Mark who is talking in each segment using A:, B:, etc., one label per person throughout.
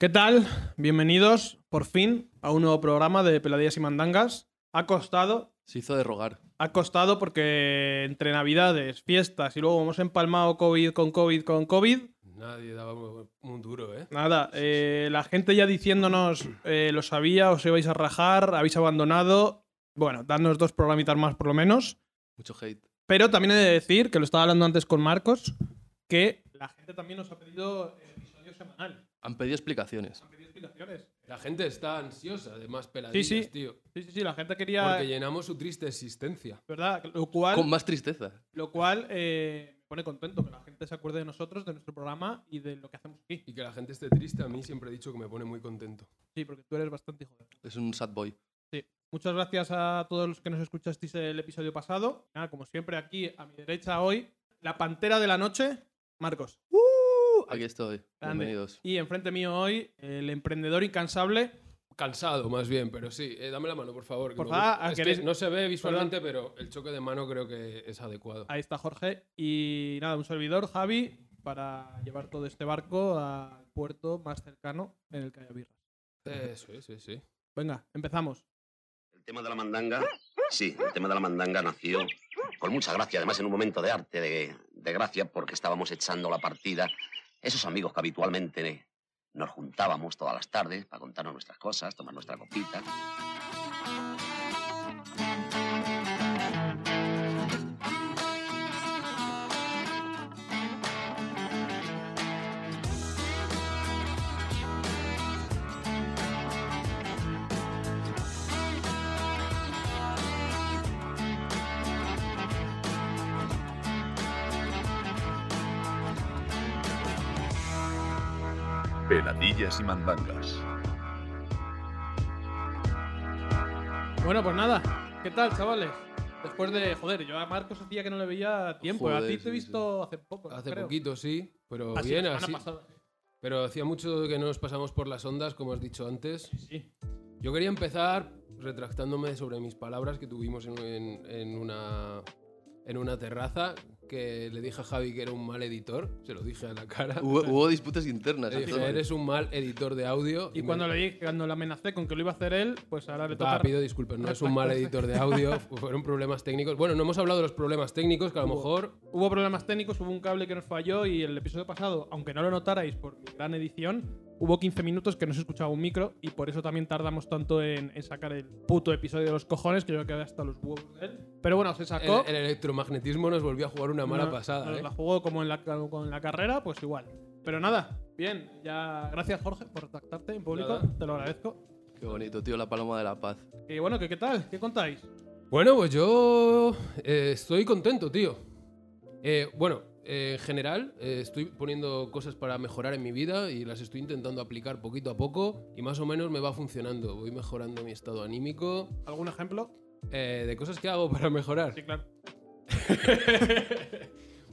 A: ¿Qué tal? Bienvenidos, por fin, a un nuevo programa de Peladillas y Mandangas. Ha costado,
B: Se hizo de rogar.
A: ha costado porque entre Navidades, fiestas y luego hemos empalmado COVID con COVID con COVID.
C: Nadie daba un, un duro, ¿eh?
A: Nada, eh, la gente ya diciéndonos, eh, lo sabía, os ibais a rajar, habéis abandonado. Bueno, dadnos dos programitas más por lo menos.
B: Mucho hate.
A: Pero también he de decir, que lo estaba hablando antes con Marcos, que la gente también nos ha pedido episodio semanal.
B: Han pedido explicaciones.
A: Han pedido explicaciones.
C: La gente está ansiosa de más peladillas,
A: Sí, eh. sí.
C: tío.
A: Sí, sí, sí, la gente quería...
C: Porque llenamos su triste existencia.
A: ¿Verdad? Lo cual...
B: Con más tristeza.
A: Lo cual eh, me pone contento que la gente se acuerde de nosotros, de nuestro programa y de lo que hacemos aquí.
C: Y que la gente esté triste, a mí siempre he dicho que me pone muy contento.
A: Sí, porque tú eres bastante hijo de-
B: Es un sad boy.
A: Muchas gracias a todos los que nos escuchasteis el episodio pasado. Nada, como siempre, aquí a mi derecha hoy, la pantera de la noche, Marcos.
B: Aquí estoy.
A: Grande.
B: Bienvenidos.
A: Y enfrente mío hoy, el emprendedor incansable.
C: Cansado, más bien, pero sí. Eh, dame la mano, por favor. que
A: Por
C: me
A: favor,
C: gusta.
A: ah,
C: Es que
A: ¿queréis-
C: no se ve visualmente, pero el choque de mano creo que es adecuado.
A: Ahí está Jorge. Y nada, un servidor, Javi, para llevar todo este barco al puerto más cercano en el que haya birras.
C: Eh, sí, sí, sí.
A: Venga, empezamos.
D: El tema de la mandanga, sí, el tema de la mandanga nació con mucha gracia, además en un momento de arte, de, de gracia, porque estábamos echando la partida. Esos amigos que habitualmente nos juntábamos todas las tardes para contarnos nuestras cosas, tomar nuestra copita.
E: Peladillas y mandangas.
A: Bueno, pues nada. ¿Qué tal, chavales? Después de, joder, yo a Marcos hacía que no le veía tiempo. a
B: Joder,
A: ti te he
B: sí, sí.
A: visto hace poco. ¿no?
C: Hace
A: Creo.
C: poquito, sí. Pero
A: Así,
C: bien,
A: la semana
C: así.
A: pasada.
C: Pero hacía mucho que no nos pasamos por las ondas, como has dicho antes.
A: Sí.
C: Yo quería empezar retractándome sobre mis palabras que tuvimos en, en- en una, en una terraza, que le dije a Javi que era un mal editor, se lo dije a la cara.
B: Hubo, hubo disputas internas.
C: Le dije,
B: entonces.
C: eres un mal editor de audio.
A: Y cuando le dije, cuando le amenacé con que lo iba a hacer él, pues ahora le toca.
C: Ah, pido disculpas, no es un mal editor de audio, fueron problemas técnicos. Bueno, no hemos hablado de los problemas técnicos, que a lo
A: Hubo.
C: mejor...
A: Hubo problemas técnicos, hubo un cable que nos falló y el episodio pasado, aunque no lo notarais por mi gran edición, hubo 15 minutos que no se escuchaba un micro y por eso también tardamos tanto en, en sacar el puto episodio de los cojones, que yo quedé hasta los huevos de él. Pero bueno, se
C: El,
A: sacó.
C: el electromagnetismo nos volvió a jugar una mala
A: No,
C: pasada.
A: nos
C: ¿eh?
A: La jugó como en la, como en la carrera, pues igual. Pero nada, bien, ya gracias Jorge por contactarte en público,
C: Nada.
A: te lo agradezco.
B: Qué bonito, tío, la paloma de la paz.
A: Y bueno, ¿qué, qué tal? ¿Qué contáis?
C: Bueno, pues yo eh, estoy contento, tío. Eh, bueno, eh, en general eh, estoy poniendo cosas para mejorar en mi vida y las estoy intentando aplicar poquito a poco y más o menos me va funcionando. Voy mejorando mi estado anímico,
A: ¿Algún ejemplo?
C: eh, de cosas que hago para mejorar.
A: Sí, claro.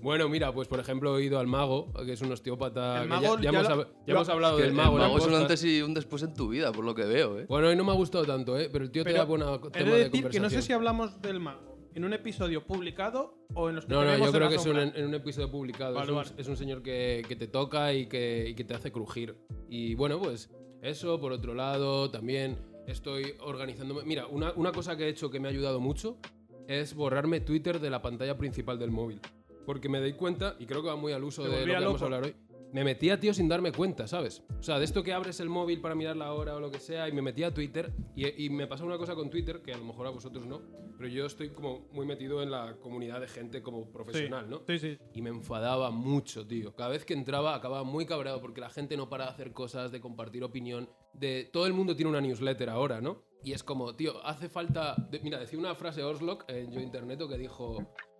C: Bueno, mira, pues por ejemplo he ido al mago, que es un osteópata.
A: El
C: que
A: mago
C: ya, ya
A: ya
C: hemos,
A: lo-
C: hab- ya
A: lo-
C: hemos hablado
B: Que
C: del mago.
B: el
C: en el
B: mago es un
C: podcast.
B: antes y un después en tu vida, por lo que veo, ¿eh?
C: Bueno, hoy no me ha gustado tanto, ¿eh? pero el tío te
A: Pero
C: da buena
A: He
C: tema
A: de
C: de
A: decir que no sé
C: conversación.
A: si hablamos del mago en un episodio publicado o en los que
C: No, no,
A: tenemos
C: yo
A: en
C: creo
A: la
C: que es un,
A: sombra.
C: en un episodio publicado.
A: Vale,
C: es, un,
A: vale.
C: es un señor que, que te toca y que, y que te hace crujir. Y bueno, pues eso, por otro lado, también estoy organizándome. Mira, una, una cosa que he hecho que me ha ayudado mucho es borrarme Twitter de la pantalla principal del móvil. Porque me doy cuenta, y creo que va muy al uso
A: Te
C: de lo que
A: volvía
C: vamos a
A: loco.
C: hablar hoy. Me metía, tío, sin darme cuenta, ¿sabes? O sea, de esto que abres el móvil para mirar la hora o lo que sea, y me metía a Twitter, y, y me pasa una cosa con Twitter, que a lo mejor a vosotros no, pero yo estoy como muy metido en la comunidad de gente como profesional,
A: sí,
C: ¿no?
A: Sí, sí.
C: Y me enfadaba mucho, tío. Cada vez que entraba acababa muy cabreado porque la gente no para de hacer cosas, de compartir opinión, de... Todo el mundo tiene una newsletter ahora, ¿no? Y es como, tío, hace falta... de- Mira, decía una frase Orslock en Yo Interneto que dijo...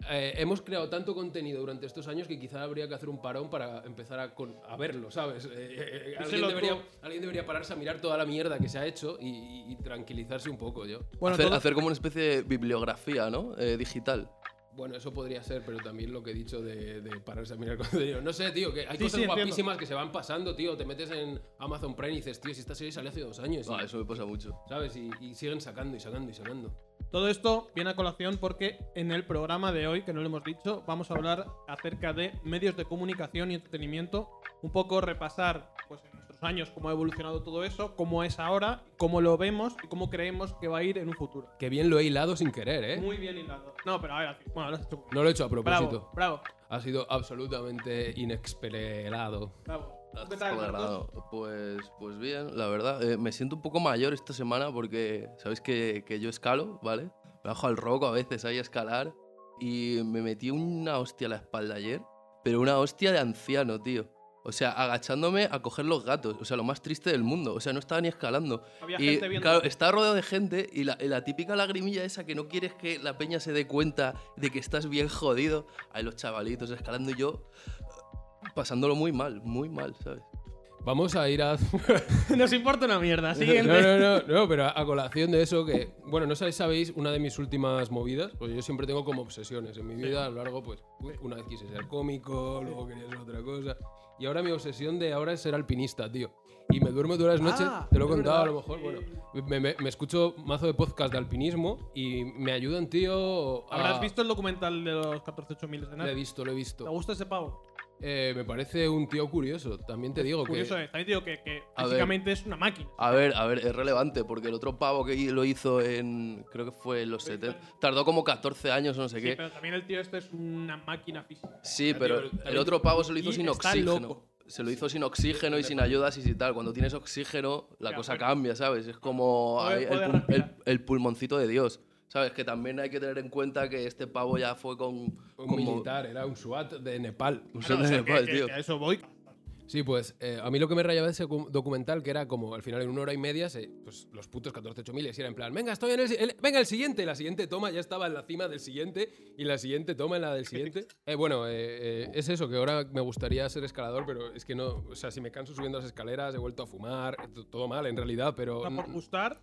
C: eh, hemos creado tanto contenido durante estos años que quizá habría que hacer un parón para empezar a, con- a verlo, ¿sabes? Eh, eh, eh, alguien,
A: Díselo
C: debería,
A: tú.
C: alguien debería pararse a mirar toda la mierda que se ha hecho y, y- y tranquilizarse un poco, yo.
A: Bueno,
B: hacer,
A: todo-
B: hacer como una especie de bibliografía, ¿no? Eh, digital.
C: Bueno, eso podría ser, pero también lo que he dicho de, de pararse a mirar contenido. No sé, tío, que
A: Sí,
C: hay cosas
A: sí, entiendo.
C: guapísimas que se van pasando, tío. Te metes en Amazon Prime y dices, tío, si esta serie salió hace dos años.
B: Ah,
C: y-
B: eso me pasa mucho.
C: ¿Sabes? Y, y siguen sacando y sacando y sacando.
A: Todo esto viene a colación porque en el programa de hoy, que no lo hemos dicho, vamos a hablar acerca de medios de comunicación y entretenimiento, un poco repasar pues, en nuestro nuestros años, cómo ha evolucionado todo eso, cómo es ahora, cómo lo vemos y cómo creemos que va a ir en un futuro.
C: Que bien lo he hilado sin querer, ¿eh?
A: Muy bien hilado. No, pero a ver, aquí- bueno, lo has hecho.
C: No lo he hecho a propósito.
A: Bravo, bravo,
C: Ha sido absolutamente inexperado.
A: bravo.
C: Ah,
A: ¿Tú ¿Qué tal, Marcos?
B: Colorado. Pues, pues bien, la verdad. eh, me siento un poco mayor esta semana porque sabéis que, que yo escalo, ¿vale? Me bajo al roco a veces ahí a escalar y me metí una hostia a la espalda ayer, pero una hostia de anciano, tío. O sea, agachándome a coger los gatos. O sea, lo más triste del mundo. O sea, no estaba ni escalando.
A: Había
B: Y
A: gente viendo.
B: claro, está rodeado de gente y la, y la típica lagrimilla esa que no quieres que la peña se dé cuenta de que estás bien jodido. Hay los chavalitos escalando y yo eh, pasándolo muy mal, muy mal, ¿sabes?
C: Vamos a ir a.
A: Nos importa una mierda. Siguiente.
C: No, no, no, no, pero a a colación de eso que, bueno, no sabéis, sabéis, una de mis últimas movidas, pues yo siempre tengo como obsesiones en mi vida a lo largo, pues, uy, una vez quise ser cómico, luego quería ser otra cosa, y ahora mi obsesión de ahora es ser alpinista, tío. Y me duermo todas las noches,
A: Ah,
C: te lo he
A: es
C: contado a
A: verdad,
C: lo mejor,
A: sí.
C: bueno, me, me- me escucho mazo de podcast de alpinismo y me ayudan, tío. a-
A: ¿Habrás visto el documental de los 14.800 de
C: Ah. Lo he
A: nada?
C: visto, lo he
A: ¿Te
C: visto.
A: gusta ese pavo?
C: Eh, me parece un tío curioso, también te digo que...
A: Curioso, eh. También te digo que, que
B: A ver.
A: físicamente es una máquina.
B: A ver, a ver, es relevante porque el otro pavo que hi- lo hizo en, creo que fue en los 70, tardó como 14 años o no sé
A: Sí,
B: qué.
A: pero también el tío este es una máquina física.
B: Sí,
C: Ya,
B: pero
C: tío, pero
B: el
C: también-
B: otro pavo se lo hizo
A: y
B: sin
A: está
B: oxígeno.
A: loco.
B: Se lo hizo sin oxígeno y sin ayudas y sin tal. Cuando tienes oxígeno, la
A: Ya,
B: cosa
A: bueno.
B: cambia, ¿sabes? Es como
A: Poder-
B: ahí el,
A: poder
B: pul-
A: respirar.
B: el- el pulmoncito de Dios. ¿Sabes? Que también hay que tener en cuenta que este pavo ya fue con...
C: Un
B: como-
C: militar, era un SWAT de Nepal.
B: un
A: Claro, o sea, que-
B: Nepal,
A: que-
B: tío.
A: que a eso voy.
C: Sí, pues eh, a mí lo que me rayaba de ese cu- documental que era como al final en una hora y media, se- pues los putos 14.8000 y era en plan, venga, estoy en el, si- el- venga el siguiente, y la siguiente toma ya estaba en la cima del siguiente y la siguiente toma en la del siguiente. Eh, bueno, eh, eh, es eso que ahora me gustaría ser escalador, pero es que no, o sea, si me canso subiendo las escaleras, he vuelto a fumar, t- todo mal en realidad, pero
A: Está por
C: mm,
A: gustar.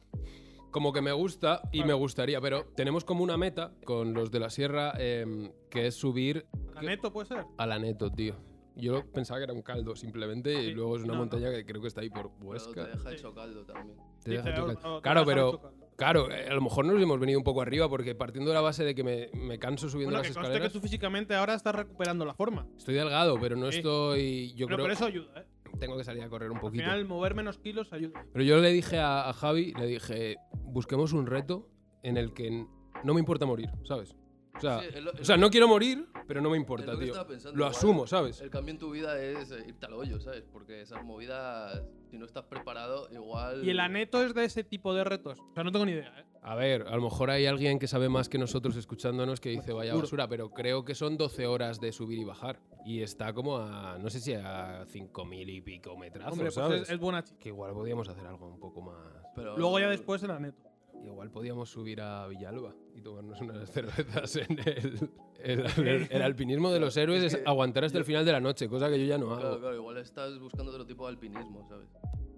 C: como que me gusta y
A: Claro.
C: me gustaría, pero tenemos como una meta con los de la sierra em, que es subir
A: La neto puede ser.
C: a la Neto, tío. Yo pensaba que era un caldo simplemente
A: Sí,
C: y luego es una
A: no,
C: montaña que creo que está ahí por
B: Pero
C: Huesca.
B: te deja
A: Sí.
B: hecho caldo también.
C: Te deja
A: Dice,
C: chocar.
A: "Oh, no, te
C: claro,
A: vas a
C: pero
A: chocando".
C: claro, eh, a lo mejor nos hemos venido un poco arriba porque partiendo de la base de que me, me canso subiendo
A: Bueno,
C: las
A: que conste que
C: escaleras,
A: tú físicamente ahora estás recuperando la forma.
C: estoy delgado, pero no
A: Sí.
C: estoy. Yo
A: pero
C: creo
A: por
C: que
A: eso ayuda, ¿eh?
C: tengo que salir a correr un
A: Al
C: poquito.
A: final, mover menos kilos ayuda.
C: Pero yo le dije a, a Javi, le dije, busquemos un reto en el que n- no me importa morir, ¿sabes? O sea,
B: Sí, es lo- es
C: o sea,
B: lo-
C: no quiero morir, pero no me
B: es lo
C: importa,
B: que
C: tío.
B: estaba pensando,
C: Lo
B: igual.
C: asumo, ¿sabes?
B: El cambio en tu vida es eh, irte al hoyo, ¿sabes? Porque esas movidas, si no estás preparado, igual...
A: Y el aneto es de ese tipo de retos. O sea, no tengo ni idea, ¿eh?
C: A ver, a lo mejor hay alguien que sabe más que nosotros escuchándonos que dice vaya
A: Seguro.
C: basura, pero creo que son 12 horas de subir y bajar. Y está como a, no sé si a 5.000 y pico metrazos,
A: Hombre, pues
C: ¿sabes?
A: es, es buena chica.
C: Que igual podíamos hacer algo un poco más...
B: Pero-
A: Luego ya después el aneto.
C: Igual podíamos subir a Villalba y tomarnos unas cervezas en el... El, el- el alpinismo de los héroes es aguantar hasta el final de la noche, cosa que yo ya no
B: Claro,
C: hago.
B: claro, igual estás buscando otro tipo de alpinismo, ¿sabes?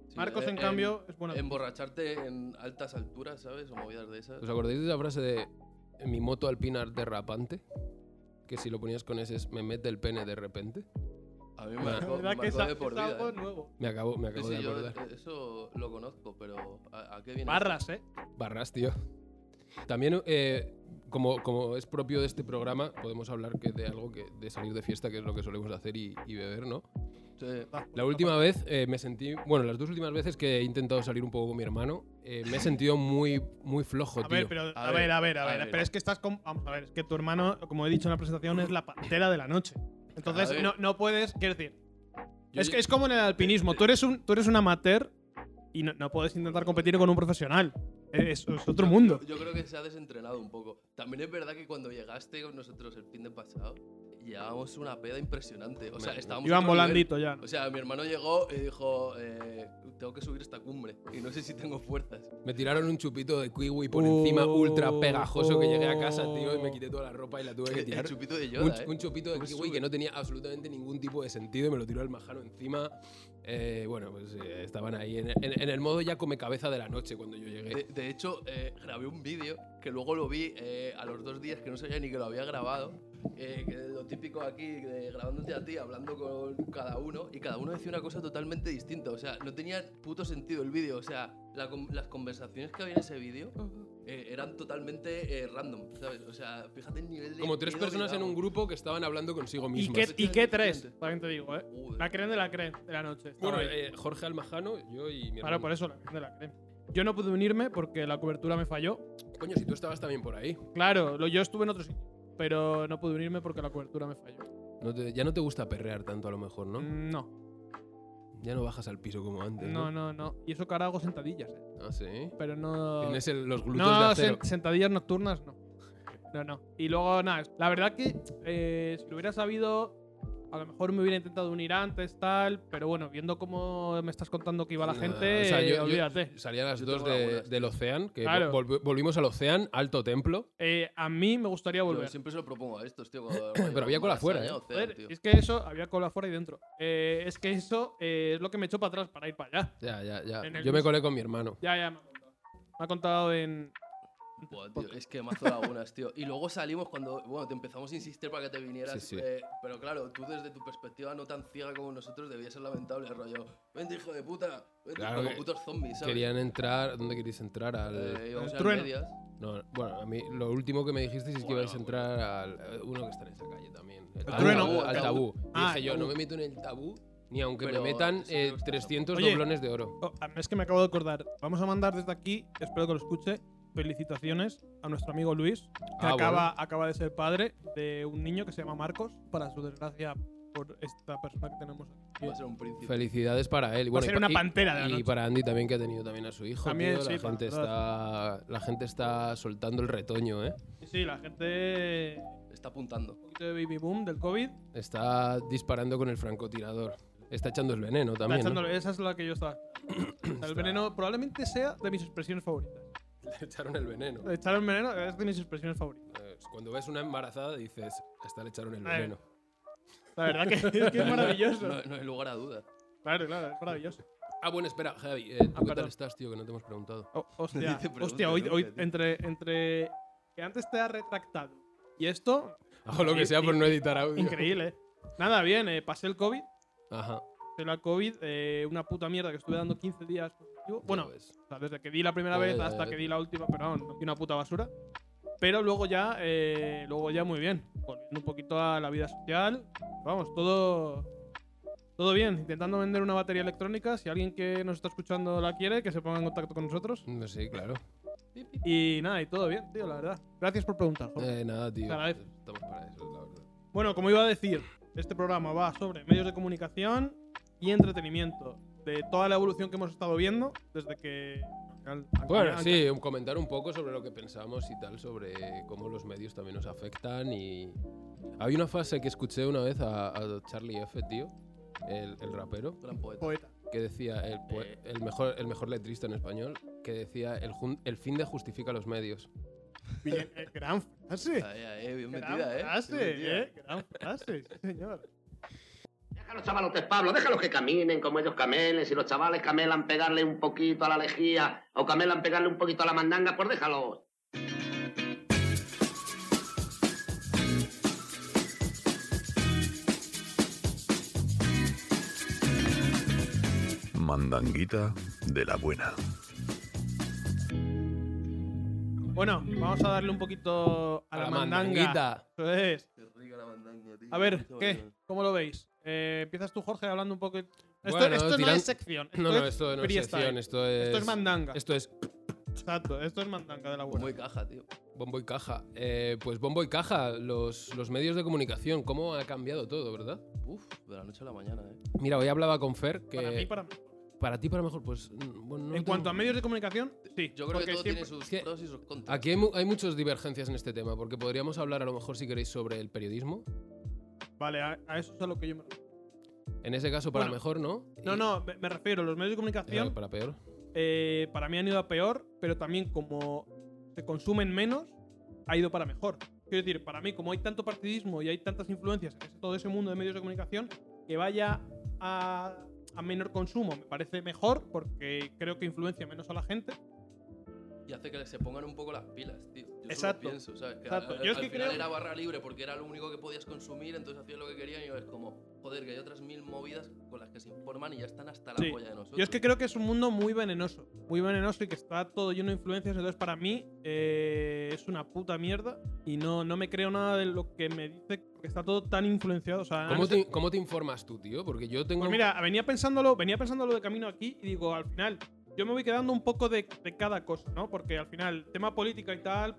B: Sí,
A: Marcos,
B: eh,
A: en cambio, es buena
B: Emborracharte en altas alturas, ¿sabes? O movidas de esas.
C: ¿Os acordáis de esa frase de mi moto alpina derrapante? Que si lo ponías con ese es me mete el pene de repente.
B: A mí me
C: La
A: La
B: marcó, me
A: verdad que
B: marcó
A: esa-
B: de
A: es,
B: por vida.
A: algo
B: ¿eh?
A: nuevo.
C: Me acabo, me
B: Sí,
C: acabo
B: sí,
C: de
B: yo
C: acordar.
B: eh, eso lo conozco, pero ¿a, a qué viene?
A: Barras, ¿eh?
C: Barras, tío. También, eh, como, como es propio de este programa, podemos hablar que de algo que de salir de fiesta, que es lo que solemos hacer y, y beber, ¿no?
B: Sí.
C: La última vez eh, me sentí, bueno, las dos últimas veces que he intentado salir un poco con mi hermano, eh, me he sentido muy, muy flojo,
A: A
C: Pues tío.
A: ver, pero, a, ver, a ver, a ver,
B: ver.
A: Pero es que estás con. Vamos a ver, es que tu hermano, como he dicho en la presentación, es la pantera de la noche.
B: A
A: Entonces,
B: ver.
A: no, no puedes. Quiero decir,
C: Yo-
A: es, que es como en el alpinismo. Tú eres un, tú eres un amateur y no, no puedes intentar competir con un profesional. Es, es otro
B: Yo-
A: mundo.
B: Yo, yo creo que se ha desentrenado un poco. También es verdad que cuando llegaste con nosotros el fin de pasado, llevábamos una peda impresionante. O sea,
C: Me-
B: estábamos.
A: Iban
B: a otro nivel.
A: volandito ya.
B: O sea, mi hermano llegó y dijo: eh, Tengo que subir esta cumbre y no sé si tengo fuerzas.
C: Me tiraron un chupito de kiwi por
A: Oh,
C: encima, ultra pegajoso, que llegué a casa, tío, y
A: oh.
C: me quité toda la ropa y la tuve que
B: El,
C: tirar.
B: chupito de Yoda.
C: Un,
B: ¿eh?
C: un chupito de
B: ¿Cómo
C: kiwi
B: sube?
C: que no tenía absolutamente ningún tipo de sentido y me lo tiró el majano encima. Eh, bueno, pues eh, estaban ahí en, en- en el modo ya come cabeza de la noche cuando yo llegué.
B: De, de hecho, eh, grabé un vídeo que luego lo vi eh, a los dos días que no sabía ni que lo había grabado. eh, que lo típico aquí, de grabándote a ti, hablando con cada uno, y cada uno decía una cosa totalmente distinta. O sea, no tenía puto sentido el vídeo. O sea, la con- las conversaciones que había en ese vídeo eh, eran totalmente eh, random, ¿sabes? O sea, fíjate el nivel de.
C: Como tres
B: miedo que
C: personas en
B: daba.
C: un grupo que estaban hablando consigo
A: ¿Y
C: mismas.
A: qué, y qué tres?
B: Efectivamente.
A: También te digo, ¿eh?
B: Joder.
A: La creen de la creen de la noche. Estaba
C: Bueno,
A: ahí.
C: eh, Jorge Almajano, yo y mi
A: Claro,
C: hermano.
A: por eso la creen de la creen. Yo no pude unirme porque la cobertura me falló.
C: Coño, si tú estabas también por ahí.
A: Claro, lo- yo estuve en otro sitio, pero no pude unirme porque la cobertura me falló.
C: No te- ya no te gusta perrear tanto a lo mejor, ¿no?
A: No,
C: Ya no bajas al piso como antes.
A: Mm. no, no, no. Y eso que ahora hago sentadillas, ¿eh?
C: Ah, sí.
A: Pero no.
C: Tienes el- los glúteos de
A: No,
C: acero.
A: sen- sentadillas nocturnas no. No, no. Y luego, nada, la verdad que eh, si lo hubiera sabido, a lo mejor me hubiera intentado unir antes, tal, pero bueno, viendo cómo me estás contando que iba la
C: No,
A: gente,
C: o sea, yo-
A: eh,
C: yo-
A: olvídate.
C: Salía a las
B: Yo
C: 2
B: tengo algunas.
C: del Ocean, que
A: Claro.
C: vol- volvimos al Ocean, Alto Templo.
A: Eh, a mí me gustaría
B: Yo
A: volver.
B: siempre se lo propongo a estos, tío.
C: Pero había cola afuera,
B: fuera,
C: ¿eh?
A: Joder, es que eso, había cola afuera y dentro. Eh, es que eso eh, es lo que me echó para atrás para ir para allá.
C: Ya, ya, ya.
A: En el
C: Yo me
A: bus.
C: colé con mi hermano.
A: Ya, ya, me ha contado. Me ha contado en.
B: Buah, tío, es que mazo lagunas, tío. Y luego salimos cuando, bueno, te empezamos a insistir para que te vinieras.
C: Sí, sí.
B: eh, pero claro, tú desde tu perspectiva no tan ciega como nosotros debía ser lamentable, rollo. Vente, hijo de puta. Vente,
C: Claro
B: como
C: que
B: putos zombies, ¿sabes?
C: Querían entrar. ¿Dónde queréis entrar? Al.
B: Eh, íbamos
A: El
B: a
A: trueno.
B: medias.
C: No, bueno, a mí lo último que me dijisteis es que
B: Bueno,
C: ibais a entrar al. eh, Uno que está en esa calle también. El
A: trueno.
C: tabú, Al
B: El
C: tabú.
A: Ah,
C: Dije
A: el
C: yo, no
A: tabú.
C: me meto en el tabú ni aunque
B: Pero
C: me metan
B: eso creo
C: eh,
B: que está
C: 300
A: Oye.
C: doblones de oro.
A: Oh, es que me acabo de acordar. Vamos a mandar desde aquí, espero que lo escuche, felicitaciones a nuestro amigo Luis, que
C: Ah,
A: acaba, acaba de ser padre de un niño que se llama Marcos, para su desgracia por esta persona que tenemos aquí.
B: Va a ser un príncipe.
C: Felicidades para él. Y Bueno,
A: ser
C: y pa-
A: una
C: y-
A: pantera de la
C: Y,
A: noche.
C: para Andy también, que ha tenido también a su hijo.
A: También,
C: tío.
A: sí,
C: la,
A: para
C: gente
A: los
C: está, la gente está soltando el retoño, ¿eh?
A: Sí, sí, la gente... Un
B: Está apuntando.
A: poquito de baby boom del COVID. está
C: Está disparando con el francotirador. Está echando el veneno también. ¿no?
A: echándole- Esa es la que yo estaba... El veneno probablemente sea de mis expresiones favoritas.
C: Le echaron el veneno.
A: Echar el veneno es de mis expresiones favoritas.
C: Eh, Cuando ves una embarazada dices, hasta le echaron el
A: Eh.
C: veneno.
A: La verdad que es, que es maravilloso.
B: No, no hay lugar a duda.
A: Claro, claro, es maravilloso.
C: Ah, bueno, espera, Javi, eh, ¿tú
A: Ah,
C: qué
A: perdón.
C: tal estás, tío? Que no te hemos preguntado.
A: Oh, hostia,
B: Dice, pregunta,
A: hostia, hoy, hoy
B: pregunta, tío.
A: entre, entre que antes te ha retractado y esto,
C: Hago lo que sea por no editar audio.
A: increíble. ¿eh? Nada, bien, eh, pasé el COVID,
C: Ajá.
A: pasé la COVID, eh, una puta mierda que estuve dando 15 días. positivo. Bueno,
C: Ya ves.
A: o sea, desde que di la primera
C: Ya,
A: vez
C: ya, ya,
A: hasta
C: ya.
A: que di la última, pero vamos, no, una puta basura. Pero luego ya, eh, luego ya muy bien, volviendo un poquito a la vida social, vamos, todo... Todo bien, intentando vender una batería electrónica. Si alguien que nos está escuchando la quiere, que se ponga en contacto con nosotros.
C: No sé, claro.
A: Y nada, y todo bien, tío, la verdad. Gracias por preguntar. Jorge.
C: Eh, nada, tío.
A: Cada vez.
C: Estamos para eso, la verdad.
A: Bueno, como iba a decir, este programa va sobre medios de comunicación y entretenimiento. De toda la evolución que hemos estado viendo desde que. al- al-
C: Bueno,
A: al-
C: sí, comentar un poco sobre lo que pensamos y tal, sobre cómo los medios también nos afectan y... Hay una frase que escuché una vez a, a Charlie F, tío, el, el rapero,
B: Gran poeta.
A: Poeta.
C: que decía, el, poe-
B: Eh.
C: el, mejor, el mejor letrista en español, que decía, el, jun- el fin de justifica los medios.
A: Bien, eh, gran frase.
B: Ahí, ahí, bien
A: Gran
B: metida, ¿eh? Bien metida.
A: frase, eh. Gran frase, sí, señor.
D: Déjalo, chavalotes, Pablo, déjalos que caminen como ellos camelen. Si los chavales camelan pegarle un poquito a la lejía o camelan pegarle un poquito a la mandanga, pues déjalos.
E: Mandanguita de la buena.
A: Bueno, vamos a darle un poquito a la, mandanga.
C: mandanguita.
A: Eso es.
B: Qué rica la mandanga, tío.
A: A ver,
B: Mucho
A: ¿qué?
B: valor.
A: ¿Cómo lo veis? Eh, empiezas tú, Jorge, hablando un poco. Esto,
C: Bueno,
A: esto no
C: tiran-
A: es sección. Esto
C: No, no,
A: es
C: esto no es
A: freestyle.
C: sección, esto es...
A: Esto es mandanga.
C: Esto es
A: Exacto, esto es mandanga de la buena.
B: Muy caja, tío.
C: Bombo y caja. Eh, pues bombo y caja, los, los medios de comunicación, cómo ha cambiado todo, ¿verdad?
B: Uf, de la noche a la mañana, ¿eh?
C: Mira, hoy hablaba con Fer que...
A: Para mí, para mí.
C: Para ti, para mejor, pues... mm, Bueno, no
A: en
C: tengo-
A: cuanto a medios de comunicación, sí.
B: Yo creo
A: porque
B: que todo
A: siempre-
B: tiene sus
C: que-
B: pros y sus contras.
C: Aquí hay, mu- hay muchas divergencias en este tema, porque podríamos hablar a lo mejor, si queréis, sobre el periodismo.
A: Vale, a, a eso es a lo que yo me
C: En ese caso, para
A: Bueno,
C: mejor, ¿no?
A: No,
C: Y-
A: no, me, me refiero, los medios de
C: Eh,
A: comunicación
C: para peor.
A: eh, para mí han ido a peor, pero también como se consumen menos, ha ido para mejor. Quiero decir, para mí, como hay tanto partidismo y hay tantas influencias en ese- todo ese mundo de medios de comunicación, que vaya a, a menor consumo me parece mejor porque creo que influencia menos a la gente.
B: Y hace que se pongan un poco las pilas, tío. Yo
A: Exacto.
B: Solo pienso, ¿sabes? Que
A: Exacto.
B: Al, al-
A: Yo es
B: al
A: que
B: final
A: creo-
B: era barra libre porque era lo único que podías consumir, entonces hacías lo que querían y es como, joder, que hay otras mil movidas con las que se informan y ya están hasta la
A: Sí.
B: polla de nosotros.
A: Yo es que creo que es un mundo muy venenoso, muy venenoso y que está todo lleno de influencias. Entonces, para mí, eh, es una puta mierda y no, no me creo nada de lo que me dice, porque está todo tan influenciado. O sea,
C: ¿Cómo te, cómo te informas tú, tío? Porque yo tengo.
A: Ah, Pues mira, venía pensándolo, venía pensándolo de camino aquí y digo, al final, yo me voy quedando un poco de, de cada cosa, ¿no? Porque al final, tema política y tal,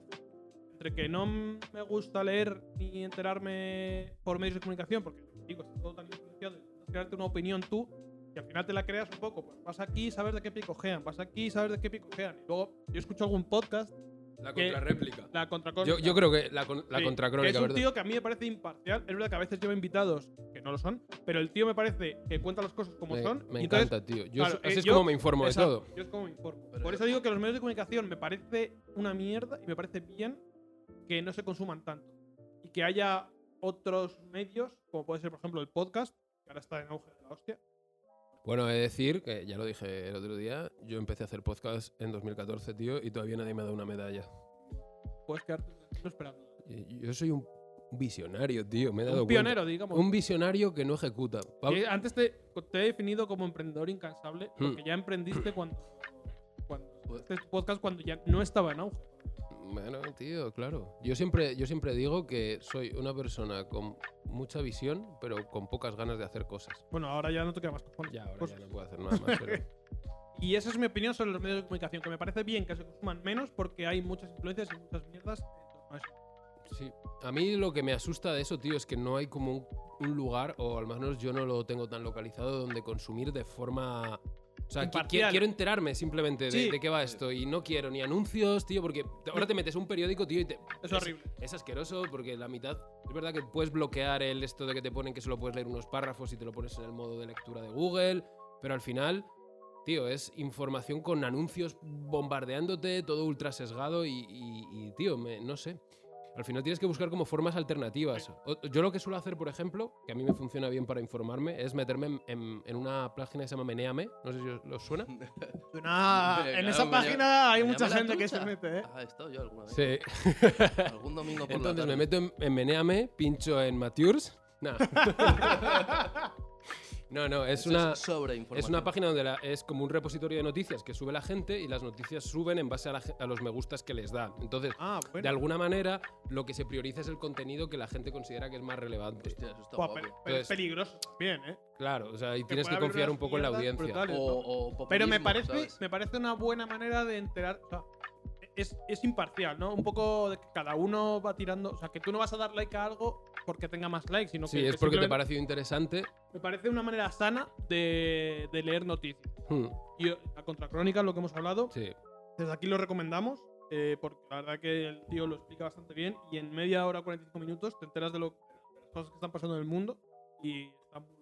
A: entre que no m- me gusta leer ni enterarme por medios de comunicación, porque digo, está todo tan influenciado, y crearte una opinión tú, y al final te la creas un poco. Pues vas aquí y sabes de qué picojean, vas aquí y sabes de qué picojean. Y luego, yo escucho algún podcast,
C: la
A: que-
C: contrarréplica.
A: la contracorte.
C: Yo, yo creo que la, con-
A: Sí,
C: la
A: que
C: contracrónica,
A: Es un
C: ¿verdad?
A: tío que a mí me parece imparcial. Es verdad que a veces lleva invitados que no lo son, pero el tío me parece que cuenta las cosas como
C: me
A: son.
C: me
A: y entonces,
C: encanta, tío. Yo,
A: claro,
C: así
A: eh,
C: es
A: yo-
C: como me informo
A: exacto,
C: de todo.
A: Yo es como me informo.
B: Pero
A: Por
B: yo-
A: eso digo que los medios de comunicación me parece una mierda y me parece bien que no se consuman tanto. Y que haya otros medios, como puede ser, por ejemplo, el podcast, que ahora está en auge de la hostia.
C: Bueno, he de decir que ya lo dije el otro día, yo empecé a hacer podcast en 2014, tío, y todavía nadie me ha dado una medalla.
A: Puedes quedarte un ratito esperando.
C: Y- Yo soy un visionario, tío, me he dado
A: Un
C: cuenta.
A: pionero, ah. digamos.
C: Un visionario que no ejecuta. Pa-
A: Que antes te, te he definido como emprendedor incansable, porque
C: Hmm.
A: ya emprendiste cuando. cuando
C: Pues
A: este podcast cuando ya no estaba en auge.
C: Bueno, tío, claro. Yo siempre, yo siempre digo que soy una persona con mucha visión, pero con pocas ganas de hacer cosas.
A: Bueno, ahora ya no te queda más cojones.
C: Ya, ahora
A: Pues-
C: ya no puedo hacer nada más, pero...
A: Y esa es mi opinión sobre los medios de comunicación, que me parece bien que se consuman menos porque hay muchas influencias y muchas mierdas. en torno a eso.
C: Sí. A mí lo que me asusta de eso, tío, es que no hay como un, un lugar, o al menos yo no lo tengo tan localizado, donde consumir de forma. O sea, qui- qui-
A: Imparcial.
C: quiero enterarme simplemente de,
A: Sí.
C: de qué va esto y no quiero ni anuncios, tío, porque te- ahora te metes un periódico, tío, y te.
A: Es horrible.
C: Es asqueroso porque la mitad. Es verdad que puedes bloquear el esto de que te ponen que solo puedes leer unos párrafos y te lo pones en el modo de lectura de Google, pero al final. Tío, es información con anuncios bombardeándote, todo ultra sesgado y, y- y, tío, me- no sé. Al final tienes que buscar como formas alternativas. O- Yo lo que suelo hacer, por ejemplo, que a mí me funciona bien para informarme, es meterme en, en- en una página que se llama Meneame. No sé si os os suena.
B: Hombre,
A: en
B: claro,
A: esa
B: me
A: página
B: llama-
A: hay
B: me
A: mucha
B: llama la
A: gente que
B: trucha.
A: se mete, ¿eh?
B: Ah, he estado yo alguna vez.
C: Sí.
B: Algún domingo por
C: Entonces
B: la
C: me
B: tarde.
C: meto en, en Meneame, pincho en Matures. Nah. no, no, es
B: Eso
C: una...
B: es sobreinformación.
C: Es una página donde la- es como un repositorio de noticias que sube la gente y las noticias suben en base a, la ge- a los me gustas que les dan. Entonces,
A: Ah, bueno.
C: de alguna manera, lo que se prioriza es el contenido que la gente considera que es más relevante.
B: Hostia, eso está
A: Buah,
B: guapo.
A: pero- pero es
C: Entonces-
A: peligroso también, ¿eh?
C: Claro, o sea, y tienes
A: puede
C: que
A: haber
C: confiar
A: unas
C: un poco en la
A: mierdas
C: audiencia.
A: brutales.
B: O, o
A: Pero me
B: populismo,
A: parece,
B: ¿sabes?
A: me parece una buena manera de enterar. o sea, es, es imparcial, ¿no? Un poco de que cada uno va tirando. O sea, que tú no vas a dar like a algo porque tenga más likes, sino
C: Sí,
A: que.
C: es
A: que
C: porque te
A: simplemente-
C: ha parecido interesante.
A: Me parece una manera sana de, de leer noticias.
C: Hmm,
A: Y eh, la contracrónica, lo que hemos hablado,
C: sí.
A: desde aquí lo recomendamos, eh, porque la verdad que el tío lo explica bastante bien y en media hora, 45 minutos, te enteras de, lo, de las cosas que están pasando en el mundo y está muy-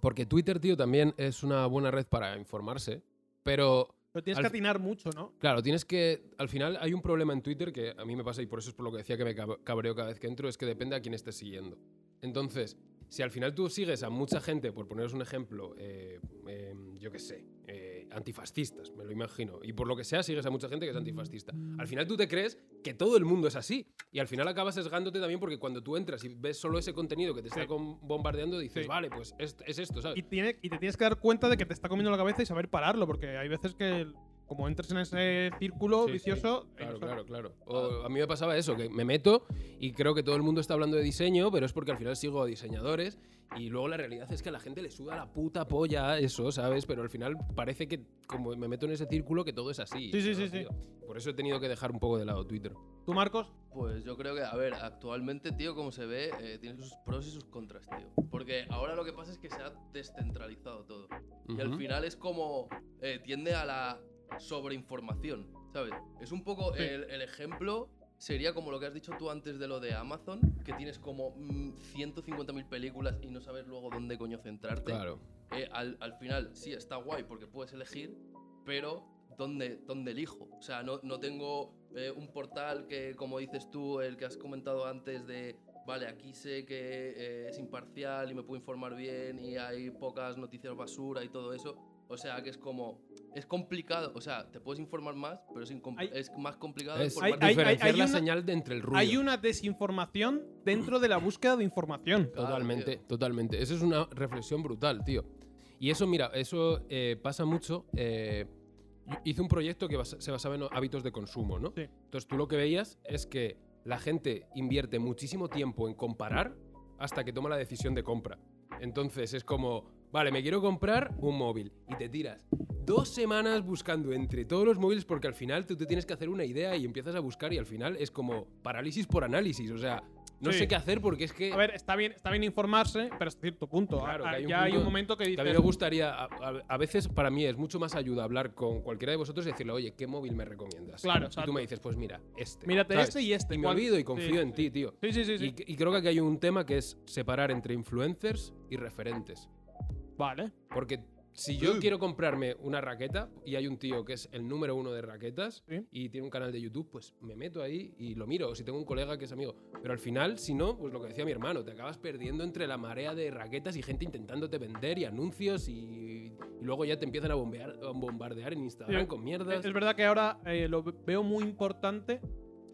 C: Porque Twitter, tío, también es una buena red para informarse. Pero,
A: Pero tienes
C: Al
A: que
C: fi-
A: atinar mucho, ¿no?
C: claro, tienes que. Al final hay un problema en Twitter que a mí me pasa y por eso es por lo que decía que me cab- cabreo cada vez que entro, es que depende a quién estés siguiendo. Entonces, si al final tú sigues a mucha gente, por poneros un ejemplo, eh, eh, yo qué sé, eh, antifascistas, me lo imagino, y por lo que sea sigues a mucha gente que es antifascista, al final tú te crees que todo el mundo es así, y al final acabas sesgándote también porque cuando tú entras y ves solo ese contenido que te está
A: Sí.
C: com- bombardeando, dices,
A: Sí.
C: vale, pues es, es esto, ¿sabes?
A: Y, tiene, y te tienes que dar cuenta de que te está comiendo la cabeza y saber pararlo, porque hay veces que el- como entres en ese círculo
C: Sí, sí.
A: vicioso... eh, ahí
C: Claro,
A: no sales.
C: claro, claro. O a mí me pasaba eso, que me meto y creo que todo el mundo está hablando de diseño, pero es porque al final sigo a diseñadores y luego la realidad es que a la gente le suda la puta polla eso, ¿sabes? Pero al final parece que como me meto en ese círculo que todo es así.
A: Sí, sí,
C: ¿no,
A: sí, sí.
C: tío? Por eso he tenido que dejar un poco de lado Twitter.
A: ¿Tú, Marcos?
B: Pues yo creo que, a ver, actualmente, tío, como se ve, eh, tiene sus pros y sus contras, tío. Porque ahora lo que pasa es que se ha descentralizado todo. Y al
C: Ujú.
B: final es como. eh, tiende a la sobreinformación, ¿sabes? Es un poco.
A: Sí.
B: El, el ejemplo sería como lo que has dicho tú antes de lo de Amazon, que tienes como mm, 150.000 películas y no sabes luego dónde coño centrarte.
C: Claro.
B: Eh, al, al final, sí, está guay porque puedes elegir, pero ¿dónde, dónde elijo? O sea, no, no tengo eh, un portal que, como dices tú, el que has comentado antes de, vale, aquí sé que eh, es imparcial y me puedo informar bien y hay pocas noticias basura y todo eso. O sea, que es como. Es complicado, o sea, te puedes informar más, pero es, incom-
A: Hay-
B: es más complicado
C: Es
A: hay-
B: informarte.
A: hay-
C: diferenciar
A: hay
C: la
A: una-
C: señal de entre el ruido.
A: Hay una desinformación dentro de la búsqueda de información.
B: Claro,
C: Totalmente, totalmente. Eso es una reflexión brutal, tío. Y eso, mira, eso eh, pasa mucho. eh, yo hice un proyecto que basa- se basaba en hábitos de consumo, ¿no?
A: Sí.
C: Entonces tú lo que veías es que la gente invierte muchísimo tiempo en comparar hasta que toma la decisión de compra. Entonces es como, vale, me quiero comprar un móvil y te tiras dos semanas buscando entre todos los móviles porque al final tú te tienes que hacer una idea y empiezas a buscar y al final es como parálisis por análisis, o sea, no
A: Sí.
C: sé qué hacer porque es que
A: A ver, está bien, está bien informarse, pero hasta cierto punto.
C: Claro,
A: Ah,
C: que hay un
A: ya hay
C: punto-
A: un momento que
C: También
A: dices.
C: me gustaría, a, a- a veces para mí es mucho más ayuda hablar con cualquiera de vosotros y decirle, oye, ¿qué móvil me recomiendas?
A: Claro,
C: y
A: exacto.
C: tú me dices, pues mira, este.
A: Mírate
C: ¿sabes?
A: este y este.
C: Y me
A: ¿cuál?
C: olvido y
A: Sí,
C: confío en
A: sí.
C: ti, tío.
A: Sí, sí, sí. sí.
C: Y, y creo que aquí hay un tema que es separar entre influencers y referentes.
A: Vale.
C: Porque si yo quiero comprarme una raqueta y hay un tío que es el número uno de raquetas
A: Sí.
C: y tiene un canal de YouTube, pues me meto ahí y lo miro. O si tengo un colega que es amigo. Pero al final, si no, pues lo que decía mi hermano, te acabas perdiendo entre la marea de raquetas y gente intentándote vender y anuncios y, y luego ya te empiezan a, bombear, a bombardear en Instagram
A: Sí.
C: con mierdas.
A: Es verdad que ahora eh, lo veo muy importante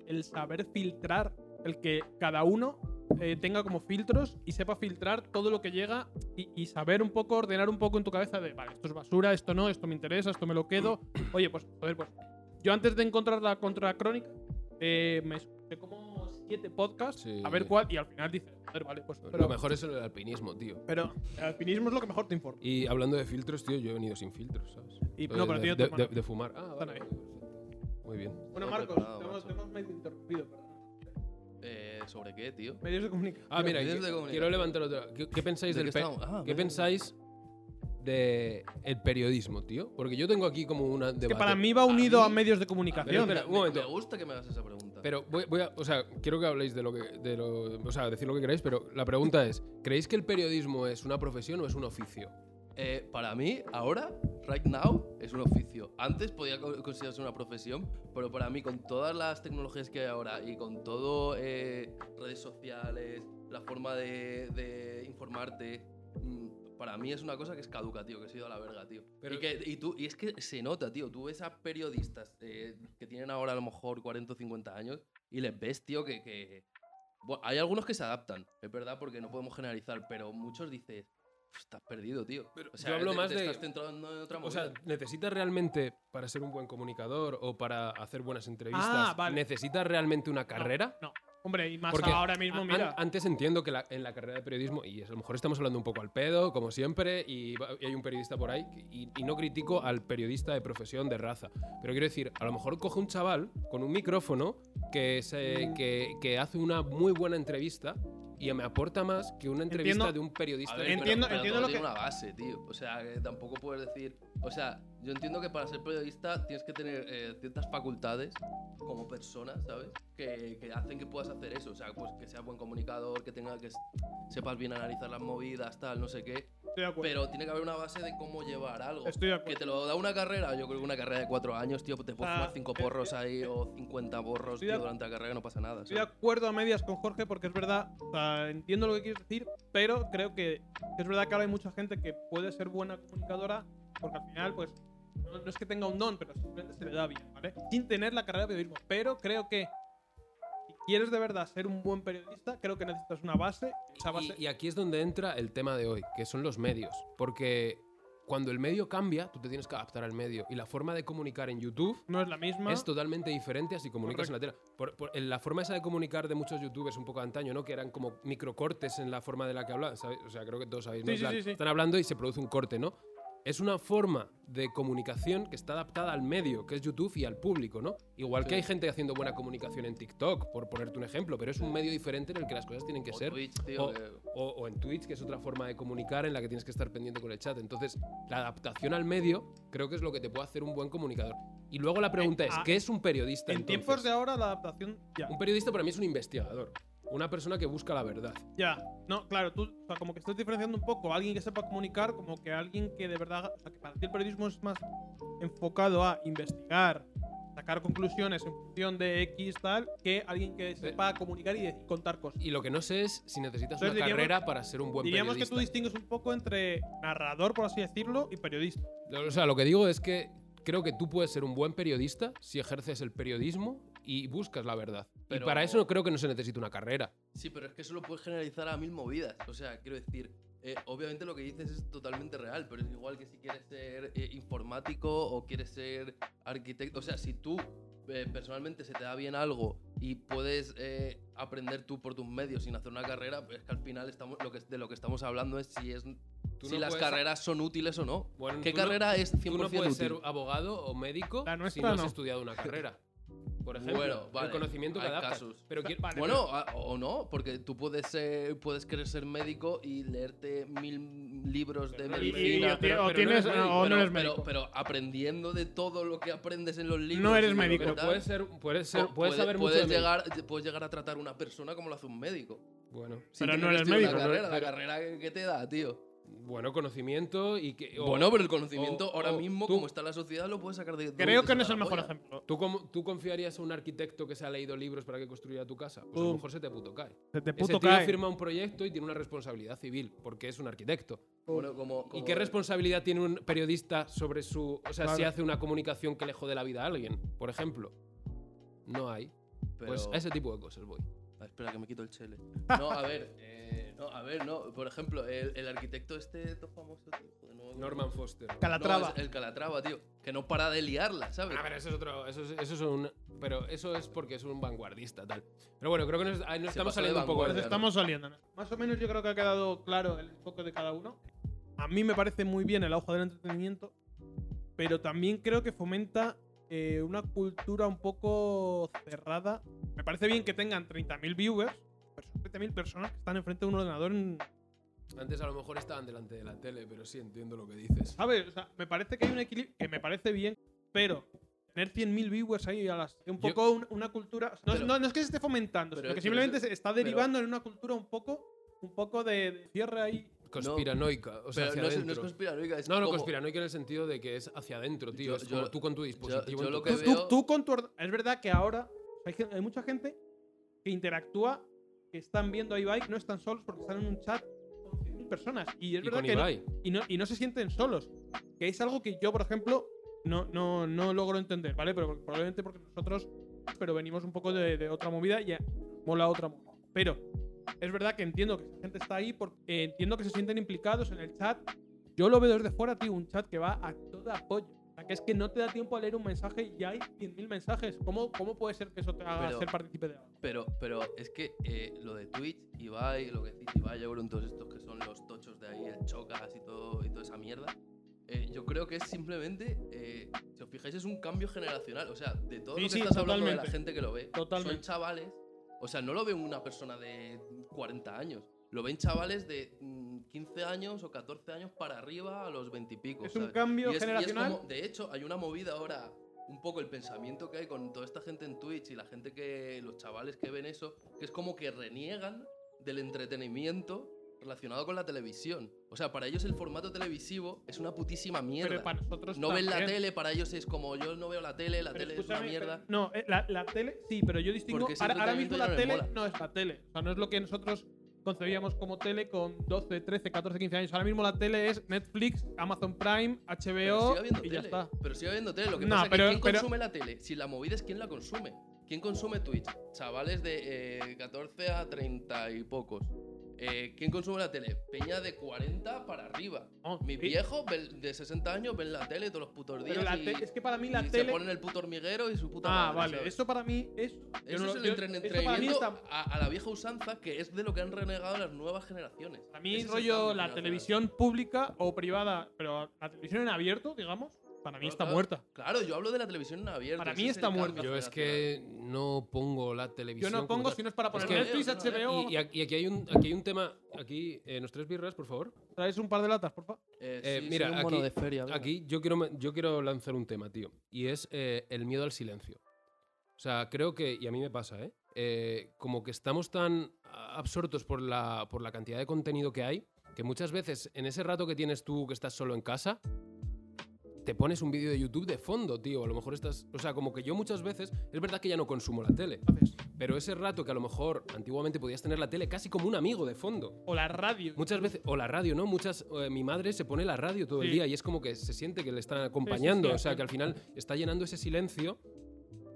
A: el saber filtrar, el que cada uno eh, tenga como filtros y sepa filtrar todo lo que llega y, y saber un poco, ordenar un poco en tu cabeza de, vale, esto es basura, esto no, esto me interesa, esto me lo quedo. Oye, pues, joder, pues. Yo antes de encontrar la contracrónica, eh, me escuché como siete podcasts
C: Sí.
A: a ver cuál, y al final dices, joder, vale, pues.
C: lo
A: Pero,
C: mejor es el alpinismo, tío.
A: pero el alpinismo es lo que mejor te informa.
C: Y hablando de filtros, tío, yo he venido sin filtros, ¿sabes?
A: Y-
C: De-
A: no, pero
C: de,
A: tiene tu
C: de-
A: hermano.
C: de- de fumar. Ah,
A: Están
C: vale,
A: ahí.
C: vale. Muy bien.
A: Bueno,
B: No
A: Marcos,
B: preparado,
A: te hemos,
B: macho.
A: te hemos medio interrumpido, perdón.
B: Eh, ¿Sobre qué, tío?
A: Medios de comunicación.
C: Ah, mira,
B: medios
C: que-
B: de comunicación.
C: quiero levantar otra. ¿Qué, qué pensáis
B: ¿De
C: del
B: qué
C: pe-
B: estamos? Ah,
C: ¿Qué
B: vale.
C: pensáis de el periodismo, tío? Porque yo tengo aquí como una debate.
A: que para mí va unido a,
B: mí-
A: medios de
B: Pero
A: comunicación.
C: espera,
B: me-
C: un momento.
B: Me gusta que me hagas esa pregunta.
C: Pero voy, voy a, o sea, quiero que habléis de lo que, de lo, o sea, decir lo que queráis, pero la pregunta es, ¿creéis que el periodismo es una profesión o es un oficio?
B: Eh, para mí, ahora, right now, es un oficio. Antes podía co- considerarse una profesión, pero para mí, con todas las tecnologías que hay ahora y con todo eh, redes sociales, la forma de, de informarte, mm, para mí es una cosa que es caduca, tío, que se ha ido a la verga, tío.
C: Pero-
B: y, que- y tú, y es que se nota, tío. Tú ves a periodistas eh, que tienen ahora a lo mejor 40 o 50 años y les ves, tío, que, que- Bueno, hay algunos que se adaptan, es verdad, porque no podemos generalizar, pero muchos dices, "Uf, estás perdido, tío. o sea,
C: yo hablo
B: te-
C: más
B: te
C: de-
B: Estás centrando en otra
C: O sea,
B: movida.
C: ¿necesitas realmente para ser un buen comunicador o para hacer buenas entrevistas?
A: Ah, vale.
C: ¿Necesitas realmente una carrera?
A: No. Hombre, y más
C: Porque
A: ahora mismo,
C: An-
A: mira.
C: antes entiendo que la- en la carrera de periodismo, y a lo mejor estamos hablando un poco al pedo, como siempre, y, va- y hay un periodista por ahí, y, y no critico al periodista de profesión de raza, pero quiero decir, a lo mejor coge un chaval con un micrófono que, se, que, que hace una muy buena entrevista y me aporta más que una entrevista
A: Entiendo-
C: de un periodista.
B: A ver,
C: de-
B: pero-
A: entiendo-
B: pero
A: entiendo
B: todo
A: lo
B: tiene
A: que-
B: una base, tío. O sea, que tampoco puedes decir. O sea, yo entiendo que para ser periodista tienes que tener eh, ciertas facultades como persona, ¿sabes? Que, que hacen que puedas hacer eso. O sea, pues que seas buen comunicador, que tengas que s- sepas bien analizar las movidas, tal, no sé qué.
A: Estoy de acuerdo.
B: Pero tiene que haber una base de cómo llevar algo.
A: Pues Estoy de
B: Que
A: acuerdo.
B: te lo da una carrera, yo creo que una carrera de cuatro años, tío, te puedes
A: Ah,
B: fumar cinco
A: eh,
B: porros
A: eh,
B: ahí
A: eh,
B: o 50 borros,
A: estoy de
B: tío,
A: ac-
B: durante la carrera no pasa nada.
A: Estoy de
B: ¿sabes?
A: acuerdo a medias con Jorge porque es verdad, o sea, entiendo lo que quieres decir, pero creo que es verdad que ahora hay mucha gente que puede ser buena comunicadora porque al final, pues, no, no es que tenga un don, pero simplemente se le da bien, ¿vale? Sin tener la carrera de periodismo. Pero creo que si quieres de verdad ser un buen periodista, creo que necesitas una base. Esa base
C: Y, y aquí es donde entra el tema de hoy, que son los medios. Porque cuando el medio cambia, tú te tienes que adaptar al medio. Y la forma de comunicar en YouTube
A: no es la misma.
C: Es totalmente diferente así comunicas en la tele. Por- por- en la forma esa de comunicar de muchos youtubers un poco de antaño, ¿no? Que eran como microcortes en la forma de la que hablan. ¿sabes? O sea, creo que todos sabéis, ¿no?
A: Sí,
C: En
A: sí,
C: plan,
A: sí, sí.
C: Están hablando y se produce un corte, ¿no? Es una forma de comunicación que está adaptada al medio, que es YouTube y al público, ¿no? Igual que hay gente haciendo buena comunicación en TikTok, por ponerte un ejemplo, pero es un medio diferente en el que las cosas tienen que
B: O
C: ser
B: Twitch, tío,
C: o-
B: que-
C: o, o en Twitch, que es otra forma de comunicar en la que tienes que estar pendiente con el chat. Entonces, la adaptación al medio creo que es lo que te puede hacer un buen comunicador. Y luego la pregunta
A: Eh,
C: es,
A: ah,
C: ¿qué es un periodista?
A: en
C: entonces? Uh.
A: tiempos de ahora la adaptación ya.
C: Un periodista para mí es un investigador, una persona que busca la verdad.
A: Ya, no, claro, tú, o sea, como que estás diferenciando un poco a alguien que sepa comunicar, como que alguien que de verdad, o sea, que para ti el periodismo es más enfocado a investigar, sacar conclusiones en función de X tal que alguien que sepa comunicar y de- contar cosas.
C: Eh. Y lo que no sé es si necesitas
A: Entonces
C: una
A: diríamos-
C: carrera para ser un buen
A: Diríamos
C: periodista.
A: que tú distingues un poco entre narrador, por así decirlo, y periodista.
C: O sea, lo que digo es que creo que tú puedes ser un buen periodista si ejerces el periodismo y buscas la verdad.
B: Pero-
C: Y para eso no creo que no se necesite una carrera.
B: Sí, pero es que eso lo puedes generalizar a mil movidas. O sea, quiero decir, eh, obviamente lo que dices es totalmente real, pero es igual que si quieres ser eh, informático o quieres ser arquitecto. O sea, si tú eh, personalmente se te da bien algo y puedes eh, aprender tú por tus medios sin hacer una carrera, pues es que al final estamos, lo que, de lo que estamos hablando es si, es,
C: Tú
B: si
C: no
B: las
C: puedes-
B: carreras son útiles o no.
C: Bueno,
B: ¿Qué
C: tú no-
B: carrera es 100%
C: Tú no puedes ser
B: útil?
C: abogado o médico
A: La
C: si
A: nuestra
C: no has
A: no.
C: estudiado una carrera. Por ejemplo,
B: Bueno, vale,
C: el conocimiento que
B: hay
C: adaptas.
B: casos.
C: Pero quiero-
A: Vale,
B: Bueno, a- o no, porque tú puedes ser, puedes querer ser médico y leerte mil libros de
A: Y- y-
B: medicina.
A: o ti- o
C: pero no eres
A: tienes-
C: médico,
A: o no eres
B: pero,
A: médico.
B: pero aprendiendo de todo lo que aprendes en los libros.
A: No eres
B: y de lo
A: médico.
B: que
C: pero
B: tal,
C: puedes ser, puedes ser,
B: o
C: puedes, saber mucho de
B: puedes
C: médico.
B: llegar, puedes llegar a tratar a una persona como lo hace un médico.
C: Bueno,
B: sin
A: Pero
B: tener
A: no
B: que
A: eres
B: estudiar
A: médico,
B: La
A: ¿no?
B: carrera, la
A: Pero-
B: carrera que, que te da, tío.
C: bueno conocimiento y que. o-
B: bueno, pero el conocimiento
C: o-
B: ahora
C: o
B: mismo,
C: tú-
B: como está la sociedad, lo puedes sacar de. de
A: Creo
B: donde
A: que
B: se
A: no
B: da
A: es el
B: la
A: mejor
B: polla.
A: ejemplo.
C: ¿Tú, cómo- ¿Tú confiarías a un arquitecto que se ha leído libros para que construya tu casa? Pues a lo
A: Pum.
C: mejor se te puto cae.
A: Se te
C: Ese
A: puto
C: tío
A: cae.
C: firma un proyecto y tiene una responsabilidad civil, porque es un arquitecto.
B: Bueno, como,
C: ¿Y
B: como-
C: qué responsabilidad tiene un periodista sobre su. O sea, si
A: Claro.
C: hace una comunicación que le jode la vida a alguien, por ejemplo? No hay.
B: pero-
C: Pues a ese tipo de cosas voy.
B: Ah, espera, que me quito el chele. No, a ver, eh, no, a ver, no. Por ejemplo, el, el arquitecto este todo famoso, tío, joder, no me acuerdo.
C: Norman Foster.
A: Calatrava.
B: No, es el Calatrava, tío. Que no para de liarla, ¿sabes?
C: A ver, eso es otro. Eso es, eso es un. Pero eso es porque es un vanguardista, tal. Pero bueno, creo que nos, ahí nos
B: Se
C: estamos
B: pasó de
C: saliendo un poco
A: Pues
B: vanguardia,
C: de.
A: estamos saliendo. ¿no? Más o menos yo creo que ha quedado claro el enfoque de cada uno. A mí me parece muy bien el auge del entretenimiento, pero también creo que fomenta eh, una cultura un poco cerrada. Me parece bien que tengan 30.000 viewers, pero son 30.000 personas que están enfrente de un ordenador en,
C: Antes a lo mejor estaban delante de la tele, pero sí entiendo lo que
B: Ah,
C: dices.
A: ¿Sabes? O sea, me parece que hay un equilibrio que me parece bien, pero tener 100.000 viewers ahí a las. Un
C: Yo-
A: poco un- una cultura. No,
B: Pero-
A: no, no es que se esté fomentando,
B: pero-
A: sino que
B: pero
A: simplemente
B: eso-
A: se está
B: pero-
A: derivando en una cultura un poco, un poco de, de cierre ahí.
C: Conspiranoica. O
B: Pero
C: sea, hacia
B: no es, no es
C: adentro.
B: conspiranoica, es
C: No, no,
B: como-
C: conspiranoico en el sentido de que es hacia adentro, tío.
B: Yo-
C: es como
B: yo-
C: tú con tu
B: yo
C: dispositivo. en
B: lo
C: tu
B: que
A: Tú,
C: casa.
A: tú-
B: veo-
A: tú con tu orden- Es verdad que ahora hay, gen- hay mucha gente que interactúa, que están viendo a Ibai, no están solos porque están en un chat con 100.000 personas. Y es
C: y
A: verdad
C: con
A: que. no-
C: Ibai.
A: y no, y no se sienten solos. Que es algo que yo, por ejemplo, no, no, no logro entender, ¿vale? Pero probablemente porque nosotros, pero venimos un poco de, de otra movida y eh, mola otra movida. Pero es verdad que entiendo que esa gente está ahí, porque, entiendo que se sienten implicados en el chat. Yo lo veo desde fuera, tío, un chat que va a toda polla. O sea, que es que no te da tiempo a leer un mensaje y ya hay 100.000 mensajes. ¿Cómo, ¿Cómo puede ser que eso te haga
B: Pero-
A: ser partícipe de algo?
B: Pero, pero es que eh, lo de Twitch, Ibai, lo que decís, Ibai, Euron, todos estos que son los tochos de ahí, el Chocas y, todo, y toda esa mierda, eh, yo creo que es simplemente, eh, si os fijáis, es un cambio generacional. O sea, de todo
A: Sí,
B: lo que
A: sí,
B: estás hablando de la
A: totalmente.
B: gente que lo ve,
A: Totalmente.
B: son chavales. O sea, no lo ve una persona de 40 años. Lo ven chavales de mm, 15 años o 14 años para arriba a los 20 y pico.
A: Es un
B: ¿sabes?
A: cambio
B: Y es- y es
A: generacional.
B: como- de hecho, hay una movida ahora, un poco el pensamiento que hay con toda esta gente en Twitch y la gente que, los chavales que ven eso, que es como que reniegan del entretenimiento relacionado con la televisión. O sea, para ellos el formato televisivo es una putísima mierda.
A: Pero para nosotros
B: no ven la
A: también.
B: tele, para ellos es como yo no veo la tele, la
A: Pero
B: tele es una
A: escúchame,
B: mierda.
A: pero- no, eh, la, la tele sí, pero yo distingo.
B: Porque ese
A: Ahora, ahora mismo
B: entretenimiento
A: la
B: ya no
A: tele
B: me
A: no es la tele. O sea, no es lo que nosotros concebíamos como tele con 12, 13, 14, 15 años. Ahora mismo la tele es Netflix, Amazon Prime,
B: Pero
A: HBO
B: sigue habiendo
A: y ya
B: tele.
A: está.
B: Pero sigue habiendo tele. Lo que
A: No,
B: pasa es que
A: pero-
B: ¿quién
A: pero-
B: consume la tele? Si la movida es quién la consume. ¿Quién consume Twitch? Chavales de eh, 14 a 30 y pocos. Eh, ¿Quién consume la tele? Peña de 40 para arriba.
A: Oh,
B: Mis
A: sí.
B: viejos ven- de 60 años ven la tele todos los putos días.
A: Pero la
B: y,
A: te- es que para mí la
B: y
A: tele.
B: Se ponen el puto hormiguero y su puta
A: Ah,
B: madre,
A: vale.
B: ¿sabes?
A: Eso para mí es. yo
B: Eso
A: no-
B: es el
A: yo- eso
B: entren-
A: para mí
B: entretenimiento
A: está.
B: a, a la vieja usanza, que es de lo que han renegado las nuevas generaciones.
A: Para mí,
B: Ese es el
A: rollo,
B: cambio
A: la
B: generacional.
A: televisión pública o privada, pero la televisión en abierto, digamos, para mí
B: No,
A: está
B: claro.
A: muerta.
B: Claro, yo hablo de la televisión en abierto.
A: Para
B: ese
A: mí
B: es el
A: está
B: cambio
A: muerto.
C: Yo es
B: generacional.
C: que no pongo la televisión.
A: Yo no
C: como
A: pongo
C: tal.
A: si no es para poner
C: que-
A: Netflix,
B: no, no,
A: HBO.
C: Y, y aquí y aquí hay un, aquí hay un tema. Aquí, eh, nos tres birras, por favor.
A: Traes un par de latas, porfa.
B: Eh,
C: Eh,
B: sí,
C: mira,
B: soy un mono
C: aquí-
B: de feria, venga.
C: Aquí yo quiero, me- yo quiero lanzar un tema, tío. Y es eh, el miedo al silencio. O sea, creo que, y a mí me pasa, ¿eh? Eh, como que estamos tan a- absortos por la, por la cantidad de contenido que hay, que muchas veces en ese rato que tienes tú que estás solo en casa, te pones un vídeo de YouTube de fondo, tío. A lo mejor estás. O sea, como que yo muchas veces. Es verdad que ya no consumo la tele. Pero ese rato que a lo mejor antiguamente podías tener la tele casi como un amigo de fondo.
A: O la radio.
C: Muchas veces, o la radio, ¿no? Muchas, eh, mi madre se pone la radio todo el
A: Sí.
C: día y es como que se siente que le están acompañando.
A: sí,
C: o sea,
A: sí.
C: que al final está llenando ese silencio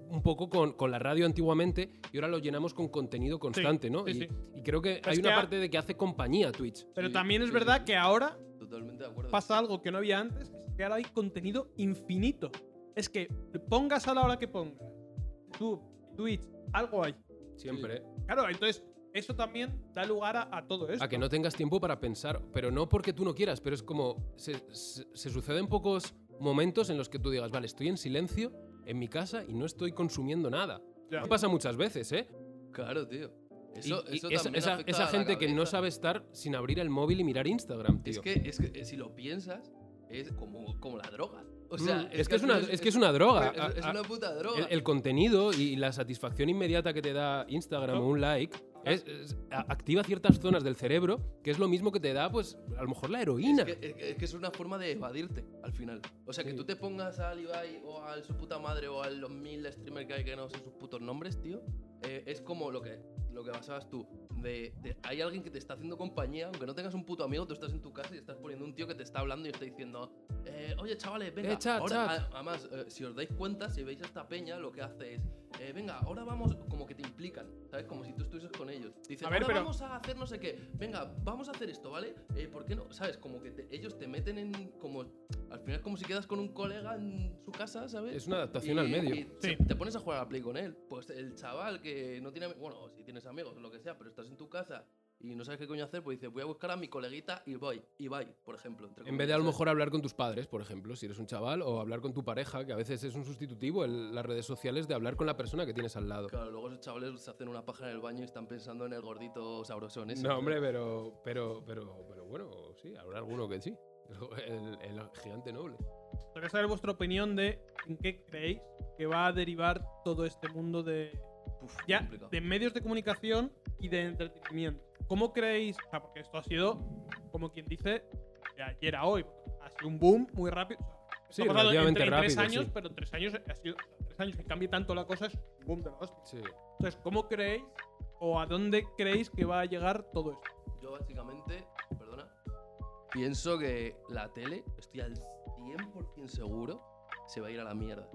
C: un poco con, con la radio antiguamente y ahora lo llenamos con contenido constante, ¿no?
A: sí,
C: y,
A: sí.
C: y creo que hay
A: que
C: una
A: ha-
C: parte de que hace compañía Twitch.
A: Pero
B: Sí,
A: también es
B: sí,
A: verdad
B: sí.
A: que ahora
B: Totalmente de acuerdo.
A: pasa algo que no había antes, que es que ahora hay contenido infinito. Es que pongas a la hora que pongas, YouTube, Twitch, algo hay.
C: Siempre. ¿eh?
A: Claro, entonces eso también da lugar a, a todo esto.
C: A que no tengas tiempo para pensar, pero no porque tú no quieras, pero es como se, se- se suceden pocos momentos en los que tú digas, vale, estoy en silencio en mi casa y no estoy consumiendo nada.
A: Ya.
C: No pasa muchas veces, ¿eh?
B: Claro, tío. Eso,
C: Y- y
B: eso
C: esa,
B: también
C: esa-
B: afecta
C: esa
B: a la
C: gente que no
B: cabeza.
C: sabe estar sin abrir el móvil y mirar Instagram, tío.
B: Es que, es que, eh, si lo piensas, es como, como la droga. O
C: Mm,
B: sea,
C: es, que es
B: al
C: una,
B: final
C: es que es una droga.
B: Es, es
C: A- a-
B: una puta droga.
C: el, el contenido y la satisfacción inmediata que te da Instagram
A: No.
C: o un like
B: ¿Eh?
C: es- es- a- activa ciertas zonas del cerebro que es lo mismo que te da, pues, a lo mejor la heroína.
B: Es que, es que- es que es una forma de evadirte al final. O sea, que
C: Sí.
B: tú te pongas al Ibai o al su puta madre o a los mil streamers que hay que no sé sus putos nombres, tío. eh, es como lo que, lo que basabas tú. De, de- hay alguien que te está haciendo compañía, aunque no tengas un puto amigo, tú estás en tu casa y estás poniendo un tío que te está hablando y está diciendo, eh, oye chavales, venga,
C: Eh, chat,
B: ahora,
C: chat.
B: a- además, eh, si os dais cuenta, si veis a esta peña, lo que hace es, eh, venga, ahora vamos, como que te implican, ¿sabes? Como si tú estuvieses con ellos. Dicen,
A: A ver,
B: ahora
A: pero-
B: vamos a hacer no sé qué, venga, vamos a hacer esto, ¿vale? Eh, ¿Por qué no? ¿Sabes? Como que te- ellos te meten en, como, al final es como si quedas con un colega en su casa, ¿sabes?
C: Es una adaptación
B: Y-
C: al medio.
B: y se-
A: Sí.
B: te pones a jugar a Play con él. Pues el chaval que no tiene... ami- Bueno, si tienes amigos o lo que sea, pero estás en tu casa y no sabes qué coño hacer, pues dices, voy a buscar a mi coleguita y voy, y voy, por ejemplo. entre
C: En vez de
B: comillas,
C: a lo
B: ¿sabes?
C: mejor hablar con tus padres, por ejemplo, si eres un chaval, o hablar con tu pareja, que a veces es un sustitutivo en las redes sociales de hablar con la persona que tienes al lado.
B: Claro, luego esos chavales se hacen una paja en el baño y están pensando en el gordito sabrosón ese.
C: No, hombre, pero, pero, pero, pero bueno, sí, habrá alguno que sí. El, el gigante noble.
A: Tengo que saber vuestra opinión de en qué creéis que va a derivar todo este mundo de,
B: Uf,
A: ya,
B: complicado.
A: de medios de comunicación y de entretenimiento. ¿Cómo creéis? O sea, porque esto ha sido, como quien dice, de ayer a hoy. Ha sido un boom muy rápido. O sea,
C: Sí,
A: esto ha pasado en
C: relativamente
A: tre- en tres
C: rápido,
A: años,
C: sí.
A: pero en tres años ha sido. o sea, Tres años que cambie tanto la cosa es un boom de la hostia.
C: Sí.
A: Entonces, ¿cómo creéis o a dónde creéis que va a llegar todo esto?
B: Yo básicamente, perdona, pienso que la tele, estoy al 100% seguro, se va a ir a la mierda.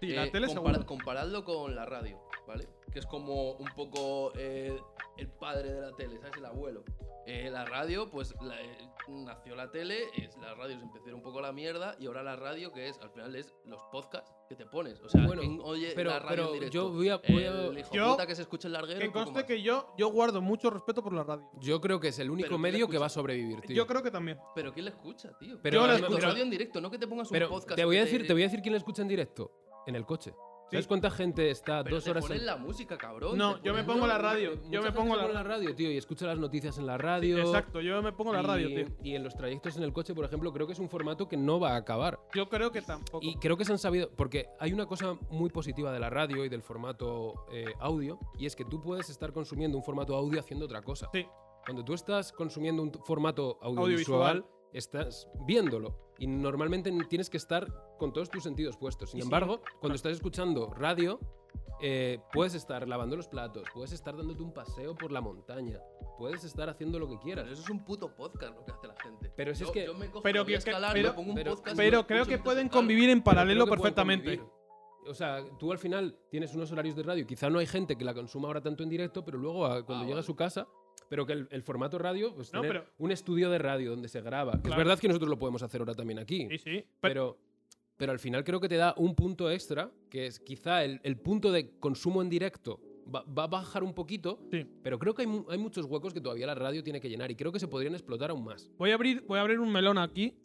A: Sí,
B: Eh,
A: la tele
B: compara-
A: seguro.
B: Comparadlo con la radio, ¿vale? Que es como un poco eh, el padre de la tele, ¿sabes? El abuelo. Eh, la radio, pues la- eh, nació la tele, es, la radio se empezó a ir un poco a la mierda y ahora la radio, que es, al final es los podcasts que te pones. O sea,
C: Bueno,
B: ¿quién oye
C: pero-
B: la radio
C: pero
B: en directo?
C: yo voy a- voy a-
B: El hijo
A: Yo-
B: puta que se escucha el larguero.
A: Que
B: un poco
A: conste
B: más.
A: que yo, yo guardo mucho respeto por la radio.
C: Yo creo que es el único
B: Pero ¿quién la
C: medio que
B: escucha?
C: va a sobrevivir, tío.
A: Yo creo que también.
B: Pero ¿quién la escucha, tío?
C: Pero-
A: Yo la
B: Pero
A: escucho.
B: radio en directo, no que te pongas
C: pero
B: un podcast.
C: te voy a
B: que
C: decir, te voy a decir quién le escucha en directo. En el coche. ¿Sabes cuánta gente está
B: Pero
C: dos
B: te
C: horas
B: ponen
C: en-
B: la música, cabrón.
A: No,
B: te
A: yo
B: ponen-
A: me pongo la
B: no,
A: radio.
B: no,
A: Yo
C: Mucha
A: me
C: gente
A: pongo
C: se
A: la-
C: pone la radio, tío, y escucha las noticias en la radio.
A: Exacto, yo me pongo la radio,
C: y,
A: tío.
C: y en los trayectos en el coche, por ejemplo, creo que es un formato que no va a acabar.
A: Yo creo que tampoco.
C: Y creo que se han sabido, porque hay una cosa muy positiva de la radio y del formato eh, audio, y es que tú puedes estar consumiendo un formato audio haciendo otra cosa.
A: Sí.
C: Cuando tú estás consumiendo un t- formato audiovisual,
A: Audiovisual.
C: estás viéndolo. Y normalmente n- tienes que estar con todos tus sentidos puestos. Sin
A: Y sí.
C: embargo, cuando estás escuchando radio, eh, puedes estar lavando los platos, puedes estar dándote un paseo por la montaña, puedes estar haciendo lo que quieras.
B: Pero eso es un puto podcast lo que hace la gente.
C: Pero eso
B: yo,
C: es que-
B: Yo me cojo,
A: pero
B: pero
A: que-
B: que, escalar,
A: pero-
B: me pongo un
C: pero-
B: podcast. y lo
A: Pero
B: escucho
A: creo que
B: mientras
A: pueden
B: escalo.
A: convivir en
C: Pero
A: paralelo
C: creo que pueden
A: perfectamente.
C: convivir. O sea, tú al final tienes unos horarios de radio. Quizá no hay gente que la consuma ahora tanto en directo, pero luego a- cuando
B: Ah,
C: llega a
B: vale.
C: su casa, pero que el, el formato radio, pues
A: No,
C: tener
A: pero-
C: un estudio de radio donde se graba. Que
A: Claro.
C: Es verdad que nosotros lo podemos hacer ahora también aquí,
A: Sí, sí. Pero,
C: pero, pero al final creo que te da un punto extra, que es quizá el, el punto de consumo en directo va, va a bajar un poquito,
A: Sí.
C: pero creo que hay, mu- hay muchos huecos que todavía la radio tiene que llenar y creo que se podrían explotar aún más.
A: voy, a abrir, voy a abrir un melón aquí.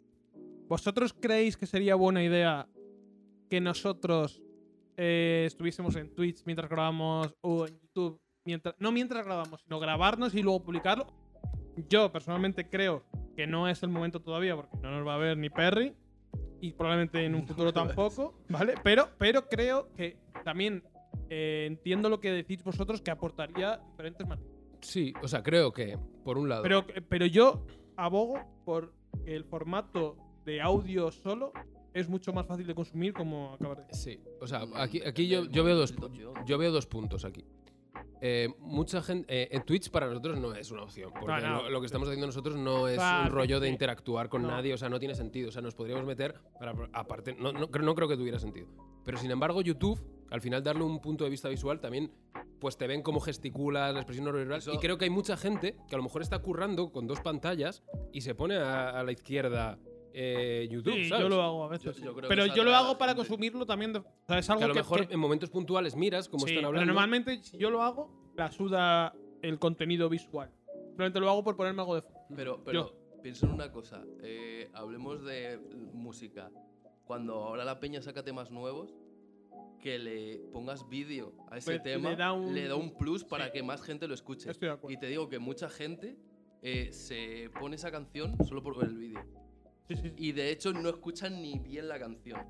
A: ¿Vosotros creéis que sería buena idea que nosotros eh, estuviésemos en Twitch mientras grabamos o en YouTube? Mientras, no mientras grabamos, sino grabarnos y luego publicarlo. Yo personalmente creo que no es el momento todavía porque no nos va a ver ni Perry y probablemente en un futuro tampoco, ¿vale? Pero, pero creo que también eh, entiendo lo que decís vosotros que aportaría diferentes matices.
C: Sí, o sea, creo que, por un lado...
A: eh, Pero, pero yo abogo por que el formato de audio solo es mucho más fácil de consumir, como acabas de decir.
C: Sí, o sea, aquí, aquí yo, yo veo dos, yo veo dos puntos aquí. Eh, mucha gente eh, en Twitch para nosotros no es una opción porque
A: Ah, No, no.
C: Lo, lo que estamos haciendo nosotros no es
A: Ah,
C: un rollo
A: sí,
C: de
A: sí.
C: interactuar con
A: No.
C: nadie o sea no tiene sentido o sea nos podríamos meter para- aparte no, no, creo- no creo que tuviera sentido pero sin embargo YouTube al final darle un punto de vista visual también pues te ven cómo gesticulas la expresión oral
B: Eso-
C: y creo que hay mucha gente que a lo mejor está currando con dos pantallas y se pone a, a la izquierda eh, YouTube
A: Sí,
C: ¿sabes?
A: yo lo hago a veces.
B: Yo-
A: sí.
B: yo creo que
A: pero
B: esa
A: yo
B: es
A: lo
B: la-
A: hago para
B: gente-
A: consumirlo también. de- o sea, es algo
C: que a lo
A: que-
C: mejor
A: que-
C: en momentos puntuales miras cómo
A: sí,
C: están
A: pero
C: hablando
A: normalmente si yo lo hago, la suda el contenido visual. Simplemente lo hago por ponerme algo de fondo.
B: Pero, pero pienso en una cosa. eh, hablemos de música. Cuando ahora la peña saca temas nuevos, que le pongas vídeo a ese
A: Pues,
B: tema
A: le da un-
B: le da un plus para
A: sí.
B: que más gente lo escuche.
A: Estoy de acuerdo.
B: Y te digo que mucha gente eh, se pone esa canción solo por ver el vídeo.
A: Sí, sí, sí.
B: Y de hecho no escuchan ni bien la canción.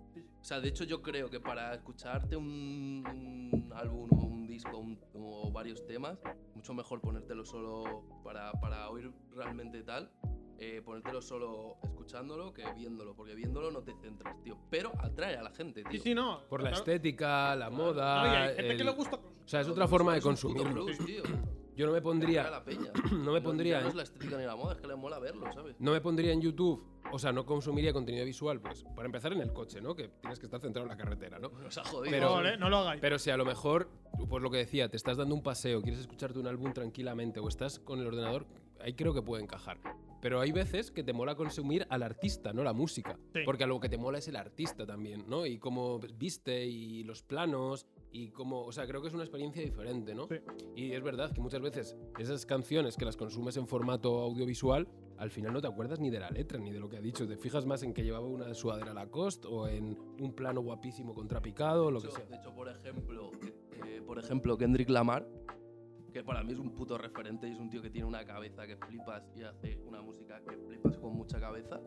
B: O sea, de hecho yo creo que para escucharte un, un álbum o un disco un- o varios temas, mucho mejor ponértelo solo para, para oír realmente tal, eh, ponértelo solo escuchándolo que viéndolo, porque viéndolo no te centras, tío. Pero atrae a la gente, tío.
A: Sí, sí, no.
C: por la
A: Claro.
C: estética la moda
A: Oye, hay gente
C: el-
A: que le gusta.
C: O sea, es otra forma de
B: Es un
C: consumirlo.
B: puto plus, tío.
C: Yo no me
B: Atrae a
C: pondría.
B: la peña.
C: No me
B: ya
C: pondría. ¿eh?
B: No
C: en-
B: es la estética ni la moda, es que le mola verlo, ¿sabes?
C: No me pondría en YouTube. O sea, no consumiría contenido visual, pues. Para empezar en el coche, ¿no? Que tienes que estar centrado en la carretera, ¿no?
B: Nos ha jodido.
C: Pero-
A: Joder, no lo hagáis.
C: Pero si a lo mejor, pues lo que decía, te estás dando un paseo, quieres escucharte un álbum tranquilamente o estás con el ordenador, ahí creo que puede encajar. Pero hay veces que te mola consumir al artista, no la música.
A: Sí.
C: Porque lo que te mola es el artista también, ¿no? Y cómo viste y los planos y cómo... O sea, creo que es una experiencia diferente, ¿no?
A: Sí.
C: Y es verdad que muchas veces esas canciones que las consumes en formato audiovisual, al final no te acuerdas ni de la letra ni de lo que ha dicho. Te fijas más en que llevaba una sudadera Lacoste o en un plano guapísimo contrapicado o lo que
B: hecho-
C: sea.
B: de hecho, por ejemplo, eh, por ejemplo, Kendrick Lamar, que para mí es un puto referente y es un tío que tiene una cabeza que flipas y hace una música que flipas con mucha cabeza,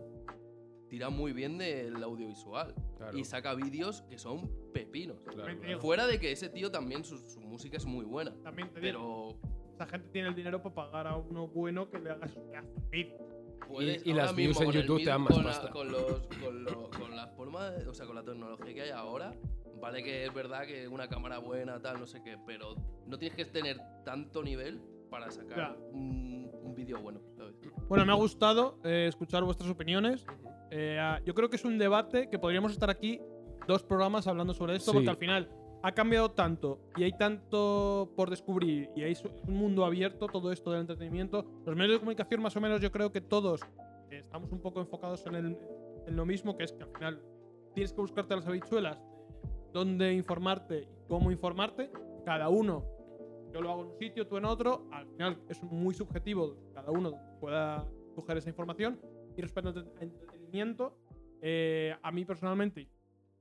B: tira muy bien del audiovisual
C: Claro.
B: y saca vídeos que son pepinos.
C: Claro,
A: Mentira.
C: claro.
B: Fuera de que ese tío también su, su música es muy buena,
A: También te digo,
B: pero
A: esa gente tiene el dinero para pagar a uno bueno que le haga su pedazo de beat.
B: puedes
C: y
B: ahora
C: las views
B: mismo
C: en
B: con el
C: YouTube te dan
B: mid-
C: más
B: con la-
C: pasta.
B: con los- con lo- con la forma de- o sea, con la tecnología que hay ahora, vale que es verdad que una cámara buena, tal, no sé qué, pero no tienes que tener tanto nivel para sacar
A: Claro.
B: un, un vídeo bueno. ¿sabes?
A: Bueno, me ha gustado eh, escuchar vuestras opiniones. Eh, ah, yo creo que es un debate que podríamos estar aquí dos programas hablando sobre esto,
C: Sí.
A: porque al final ha cambiado tanto y hay tanto por descubrir y hay su- un mundo abierto, todo esto del entretenimiento. Los medios de comunicación, más o menos, yo creo que todos eh, estamos un poco enfocados en, el- en lo mismo, que es que al final tienes que buscarte las habichuelas, dónde informarte y cómo informarte. Cada uno, yo lo hago en un sitio, tú en otro. Al final es muy subjetivo, cada uno pueda coger esa información. Y respecto al entre- entretenimiento, eh, a mí personalmente,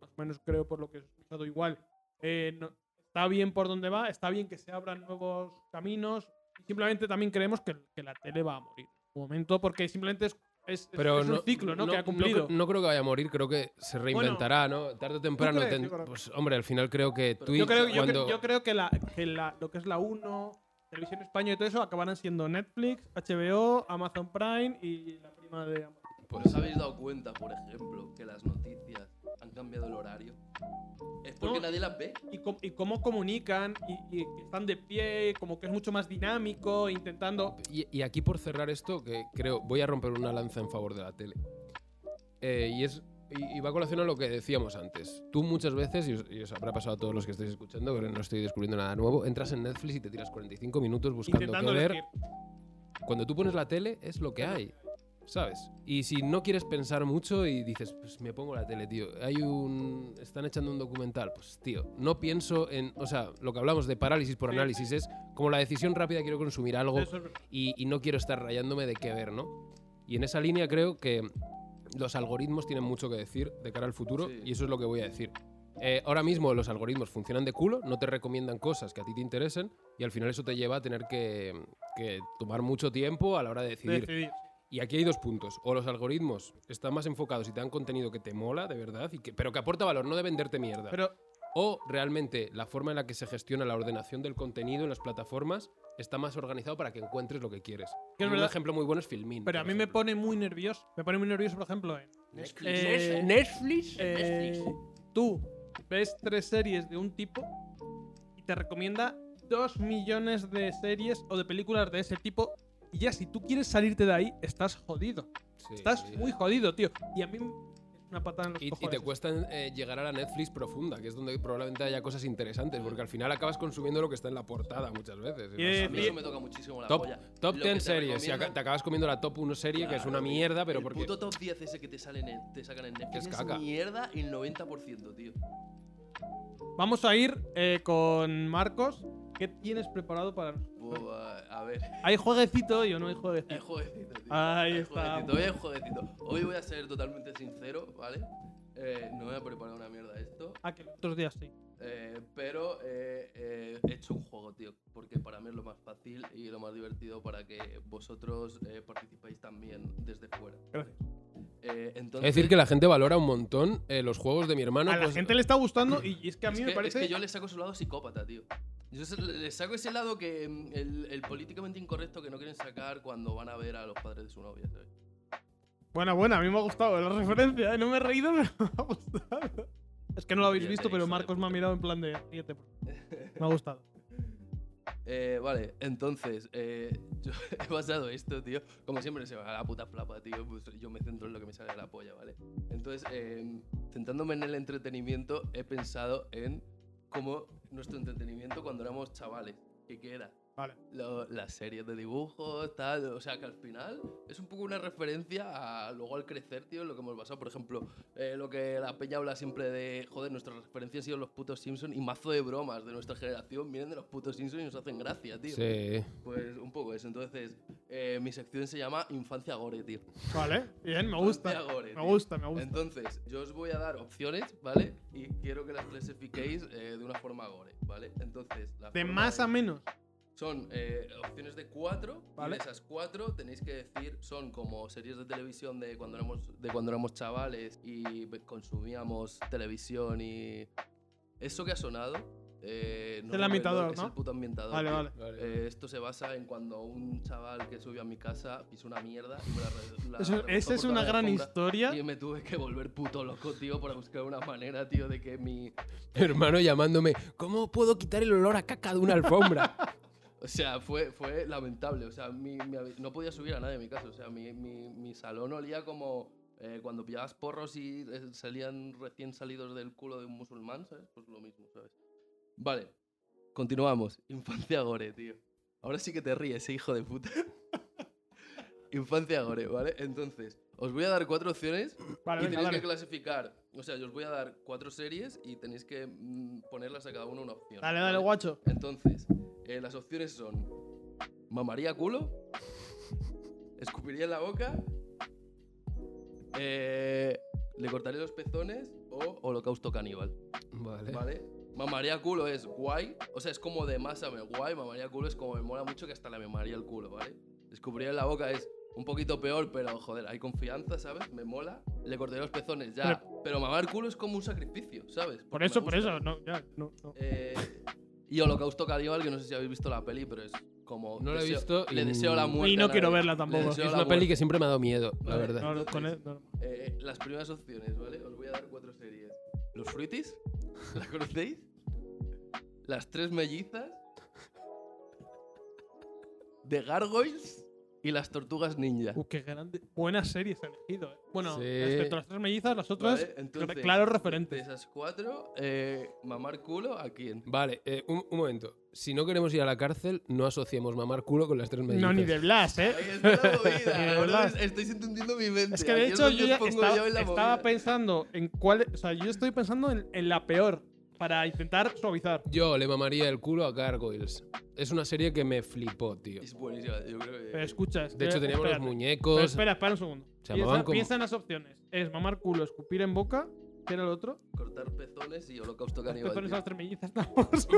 A: más o menos creo por lo que he escuchado igual, eh, no- está bien por donde va, está bien que se abran nuevos caminos. Simplemente también creemos que, que la tele va a morir. Un momento, porque simplemente es, es- es-
C: Pero
A: es
C: no,
A: un ciclo ¿no? que ha cumplido.
C: No, cre- no creo que vaya a morir, creo que se reinventará, ¿no? Tarde o temprano.
A: crees?
C: ten-
A: Yo creo-
C: pues, hombre, al final creo que Twitch.
A: yo, creo, yo
C: cuando,
A: cre- yo creo que, la, que la- lo que es la 1, Televisión Española y todo eso acabarán siendo Netflix, HBO, Amazon Prime y la prima de Amazon.
B: ¿Os
C: pues,
B: habéis dado cuenta, por ejemplo, que las noticias han cambiado el horario? Es porque
A: No.
B: nadie las ve.
A: y, com- y cómo comunican y, y que están de pie, como que es mucho más dinámico, intentando.
C: y, y aquí por cerrar esto, que creo, voy a romper una lanza en favor de la tele. Eh, y es. Y y va a colación a lo que decíamos antes. Tú muchas veces, y os, y os habrá pasado a todos los que estáis escuchando, que no estoy descubriendo nada nuevo, entras en Netflix y te tiras 45 minutos buscando qué
A: intentando
C: ver.
A: elegir.
C: cuando tú pones la tele es lo que hay, ¿sabes? Y si no quieres pensar mucho y dices, pues me pongo la tele, tío, hay un... están echando un documental, pues tío, no pienso en... O sea, lo que hablamos de parálisis por
A: Sí.
C: análisis es como la decisión rápida quiero consumir algo
A: Eso es verdad.
C: y, y no quiero estar rayándome de qué ver, ¿no? Y en esa línea creo que los algoritmos tienen mucho que decir de cara al futuro
B: Sí.
C: y eso es lo que voy a decir. Eh, ahora mismo los algoritmos funcionan de culo, no te recomiendan cosas que a ti te interesen y al final eso te lleva a tener que, que tomar mucho tiempo a la hora de decidir.
A: Decidir.
C: Y aquí hay dos puntos. O los algoritmos están más enfocados y te dan contenido que te mola, de verdad, y que, pero que aporta valor, no de venderte mierda.
A: Pero
C: O realmente la forma en la que se gestiona la ordenación del contenido en las plataformas está más organizado para que encuentres lo que quieres.
A: Que es
C: Y un
A: verdad.
C: ejemplo muy bueno es Filmin.
A: Pero a mí me pone muy nervioso. Me pone muy nervioso, por ejemplo, en Netflix. Eh,
F: Netflix.
A: Eh, tú ves tres series de un tipo y te recomienda dos millones de series o de películas de ese tipo. Y ya si tú quieres salirte de ahí, estás jodido.
C: Sí,
A: Estás
C: sí.
A: muy jodido, tío. Y a mí me- una patada en los
C: Y, y te
A: cojones.
C: cuesta eh, llegar a la Netflix profunda, que es donde probablemente haya cosas interesantes, porque al final acabas consumiendo lo que está en la portada muchas veces.
A: Y es-
B: A mí eso me toca muchísimo la
C: Top,
B: polla.
C: top
B: Lo que
C: 10
B: te
C: series. Y aca-
B: recomiendan-
C: te acabas comiendo la top 1 serie, que es una
B: Claro, tío.
C: mierda, pero
B: el
C: porque.
B: puto top 10 ese que te, salen en- te sacan en Netflix
C: Es
B: es,
C: caca.
B: mierda el 90%, tío.
A: Vamos a ir eh, con Marcos. ¿Qué tienes preparado para.?
B: Buah, ah, a ver,
A: ¿Hay jueguecito y o no hay jueguecito?
B: hay
C: Eh,
B: jueguecito, tío.
A: Ahí
B: Hay
A: está.
B: jueguecito, hoy hay jueguecito. Hoy voy a ser totalmente sincero, ¿vale? Eh, no me he preparado una mierda esto,
A: Ah, que los otros días sí.
B: eh, pero eh, eh, he hecho un juego, tío, porque para mí es lo más fácil y lo más divertido para que vosotros eh, participéis también desde fuera.
A: Gracias.
B: Eh, entonces,
C: Es decir, que la gente valora un montón eh, los juegos de mi hermano.
A: a la
C: pues,
A: gente le está gustando y es que a mí
B: es
A: me
B: que-
A: parece.
B: Es que yo le saco su lado psicópata, tío. Yo se- le saco ese lado que. mm, El, el políticamente incorrecto que no quieren sacar cuando van a ver a los padres de su novia, ¿sabes?
A: Buena, buena, a mí me ha gustado la referencia. ¿eh? No me he reído, pero me ha gustado. Es que no lo habéis
B: Ríete,
A: visto, pero
B: hijo de
A: Marcos me ha
B: puta.
A: mirado en plan de. "Ríete, por favor". Me ha gustado.
B: Eh, vale, entonces, eh, yo he pasado esto, tío. Como siempre se me va la puta flapa, tío. Pues yo me centro en lo que me sale de la polla, ¿vale? Entonces, eh, centrándome en el entretenimiento, he pensado en cómo nuestro entretenimiento cuando éramos chavales, que queda.
A: Vale.
B: Lo- las series de dibujos, tal, o sea que al final es un poco una referencia a luego al crecer, tío, en lo que hemos pasado. Por ejemplo, eh, lo que la peña habla siempre de, joder, nuestras referencias han sido los putos Simpsons y mazo de bromas de nuestra generación vienen de los putos Simpsons y nos hacen gracia, tío.
C: Sí.
B: Pues un poco eso. Entonces, eh, mi sección se llama Infancia Gore, tío.
A: Vale, bien, me gusta.
B: Santiago,
A: Me
B: tío.
A: gusta, me gusta.
B: Entonces, yo os voy a dar opciones, ¿vale? Y quiero que las clasifiquéis eh, de una forma gore, ¿vale? Entonces, la
A: De
B: forma
A: más a menos.
B: son eh, opciones de cuatro.
A: Vale.
B: Y de esas cuatro tenéis que decir, son como series de televisión de cuando éramos, de cuando éramos chavales y ve- consumíamos televisión y. Eso que ha sonado. eh, no
A: el
B: lo
A: ambientador,
B: recuerdo,
A: ¿no?
B: Es el puto ambientador.
A: Vale,
B: tío.
A: vale.
B: Eh, esto se basa en cuando un chaval que subió a mi casa pisó una mierda y me la re- la
A: Eso-
B: rebotó
A: esa
B: por
A: es
B: toda
A: una
B: la
A: gran
B: alfombra.
A: historia.
B: Y me tuve que volver puto loco, tío, para buscar una manera, tío, de que mi.
C: Mi hermano llamándome, ¿cómo puedo quitar el olor a caca de una alfombra?
B: O sea, fue, fue lamentable. O sea, mi- mi habi- no podía subir a nadie en mi casa. O sea, mi, mi- mi salón olía como eh, cuando pillabas porros y eh, salían recién salidos del culo de un musulmán, ¿sabes? Pues lo mismo, ¿sabes? Vale, continuamos. Infancia gore, tío. Ahora sí que te ríes, eh, hijo de puta. Infancia gore, ¿vale? Entonces, os voy a dar cuatro opciones
A: Vale, venga,
B: y tenéis
A: dale.
B: que clasificar. O sea, yo os voy a dar cuatro series y tenéis que mm, ponerlas a cada uno una opción.
A: Dale, dale,
B: ¿vale?
A: guacho.
B: Entonces, eh, las opciones son: mamaría culo, escupiría en la boca, eh, le cortaría los pezones o holocausto caníbal.
C: Vale.
B: ¿Vale? Mamaría culo es guay, o sea, es como de masa, me guay. Mamaría culo es como me mola mucho que hasta le mamaría el culo, ¿vale? Escupiría en la boca es un poquito peor, pero joder, hay confianza, ¿sabes? Me mola. Le cortaría los pezones, ya. Pero, mamar culo es como un sacrificio, ¿sabes?
A: Por
B: Porque
A: eso,
B: me
A: por
B: gusta.
A: eso. No, ya, no, no.
B: Eh, y Holocausto Caníbal, que no sé si habéis visto la peli, pero es como.
C: No la he
B: deseo-
C: visto y-
B: Le deseo la muerte.
A: Y no
B: a nadie.
A: quiero verla
B: Le
A: tampoco.
B: deseo
C: Es
B: la
C: una peli
B: muerte.
C: que siempre me ha dado miedo, la
B: Vale.
C: verdad.
A: No, no, con él, no.
B: Eh, las primeras opciones, ¿vale? Os voy a dar cuatro series: Los Fruities, ¿la conocéis? Las Tres Mellizas, The Gargoyles y Las Tortugas Ninja.
A: Uh, qué grande. Buenas series han elegido. eh. Bueno,
C: Sí.
A: excepto las tres mellizas, las otras,
B: Vale, entonces,
A: claros
B: De
A: referentes.
B: esas cuatro, eh, mamar culo a quién?
C: Vale, eh, un, un momento. Si no queremos ir a la cárcel, no asociemos mamar culo con las tres medidas.
A: No, ni de Blas, ¿eh?
B: Ahí está la
A: De
B: movida,
A: verdad.
B: ¿no? Estáis entendiendo mi mente.
A: Es que de
B: Aquí
A: hecho
B: donde
A: yo ya
B: os pongo
A: estaba,
B: en la
A: estaba
B: movida.
A: pensando en cuál. O sea, yo estoy pensando en, en la peor para intentar suavizar.
C: Yo le mamaría el culo a Gargoyles. Es una serie que me flipó, tío.
B: Es buenísima, yo creo que.
A: Pero escucha, es que-
C: De hecho, teníamos
A: eh, espérate.
C: los
A: Pero
C: muñecos.
A: espera, espera un segundo.
C: Se
A: piensa,
C: llamaban como-
A: piensa en las opciones: es mamar culo, escupir en boca, ¿Qué era el otro?
B: Cortar pezones y holocausto
A: Las
B: caníbal.
A: pezones a
B: tío.
A: las tremellizas. estamos.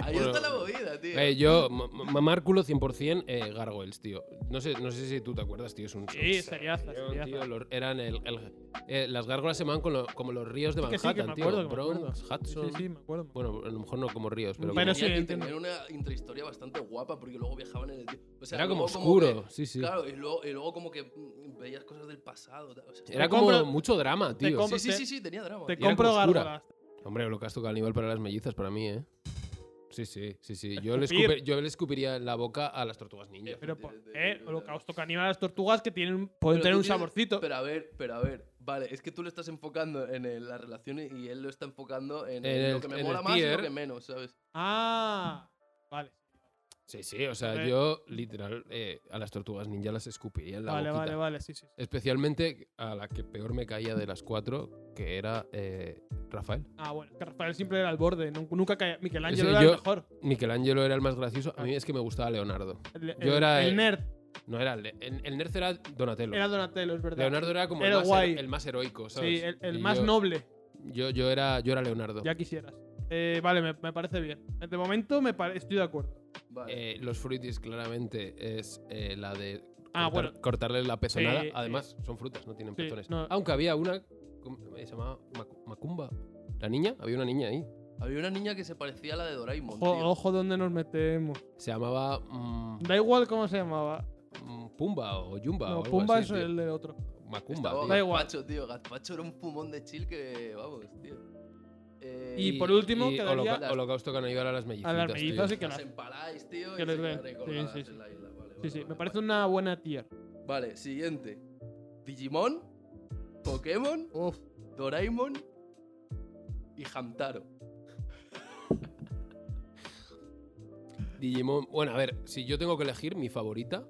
B: Ahí
C: Bueno.
B: está la movida, tío.
C: Eh, yo, ma- ma- mamar culo 100% eh, Gargoyles, tío. No sé, no sé si tú te acuerdas, tío. Es un
A: Sí,
C: son-
A: seriaza, seriaza.
C: tío, los- eran el, el- eh, las gárgolas se llamaban con lo- como los ríos de
A: Sí que sí,
C: Manhattan,
A: que me acuerdo,
C: tío.
A: que me acuerdo.
C: Bronx,
A: Sí,
C: Hudson.
A: sí, sí, me acuerdo.
C: Bueno, a lo mejor no como ríos, pero.
A: Pero
B: Pero
A: sí,
B: sí,
A: entiendo.
B: tener una intrahistoria bastante guapa porque luego viajaban en el tiempo. O sea,
C: era como
B: luego
C: oscuro,
B: que-
C: sí, sí.
B: Claro, y luego, y luego como que mm, veías cosas del pasado. tal, o sea,
C: Era
A: Te
C: como
A: compro-
C: mucho drama,
A: te
C: tío.
A: compro-
B: Sí, sí,
A: te-
B: sí, sí, tenía drama.
A: Te
B: tío.
C: era
A: compro
C: como oscura.
A: gárgolas.
C: Hombre, holocausto caníbal para las mellizas, para mí, ¿eh? Sí, sí, sí, sí. Yo le,
A: Escupir.
C: escupe- yo le escupiría en la boca a las tortugas ninja.
A: Pero, por-
B: de- de-
A: eh,
B: de-
A: holocausto caníbal a las tortugas que tienen, pueden
B: Pero
A: tener
B: tú
A: un
B: tienes-
A: saborcito.
B: Pero a ver, pero a ver. Vale, es que tú lo estás enfocando en el- la relación y él lo está enfocando en,
C: En
B: lo
C: el-
B: que
C: en
B: me
C: el
B: mola más y
C: tier.
B: lo que menos, ¿sabes?
A: Ah, vale.
C: Sí, sí, o sea,
A: Hombre.
C: yo literal eh, a las tortugas ninja las escupiría en la
A: Vale,
C: boquita.
A: vale, vale, sí, sí. sí.
C: Especialmente a la que peor me caía de las cuatro, que era eh, Rafael.
A: Ah, bueno, es que Rafael siempre era al borde. nun- Nunca caía. Michelangelo
C: Ese
A: era
C: yo-
A: el mejor.
C: Michelangelo era el más gracioso. A mí es que me gustaba Leonardo.
A: El, el-
C: Yo era
A: el
C: el-
A: nerd.
C: No era el, el, el nerd era Donatello.
A: Era Donatello, es verdad.
C: Leonardo era como
A: Era
C: el, más,
A: guay.
C: hero- el más heroico, ¿sabes?
A: Sí, el, el
C: Y
A: más
C: yo-
A: noble.
C: Yo, yo, era, yo era Leonardo.
A: Ya quisieras. Eh, vale, me, me parece bien. De momento me pare- estoy de acuerdo.
B: Vale.
C: Eh, los fruitis claramente es eh, la de
A: Ah,
C: cortar-
A: bueno.
C: cortarle la pezonada.
A: Sí,
C: Además, son frutas, no tienen
A: Sí,
C: pezones.
A: no.
C: Aunque había una, ¿cómo se llamaba Macu- Macumba. ¿La niña? Había una niña ahí.
B: Había una niña que se parecía a la de Doraemon,
A: Ojo,
B: tío.
A: ojo donde nos metemos.
C: Se llamaba mm,
A: Da igual cómo se llamaba.
C: mm, Pumba o Yumba. o
A: No,
C: algo
A: Pumba
C: así,
A: es
C: tío.
A: el del otro.
C: Macumba.
B: Estaba
C: tío.
A: Da igual.
B: Gazpacho, tío. Gazpacho era un pumón de chill que, vamos, tío. Eh,
A: Y por último,
C: y
A: quedaría-
C: holoca- holocausto caníbal a las mellizas.
A: A las mellizas y que
B: las
A: las.
B: empaláis, tío,
A: que
B: y
A: les
B: se
A: den.
B: quedaréis
A: Sí,
B: colgadas
A: sí,
B: en
A: sí.
B: la isla. Vale,
A: Sí,
B: vale,
A: sí,
B: vale,
A: me parece
B: vale.
A: una buena tier.
B: Vale, siguiente. Digimon, Pokémon,
A: Uf.
B: Doraemon y Hamtaro.
C: Digimon. Bueno, a ver, si yo tengo que elegir mi favorita,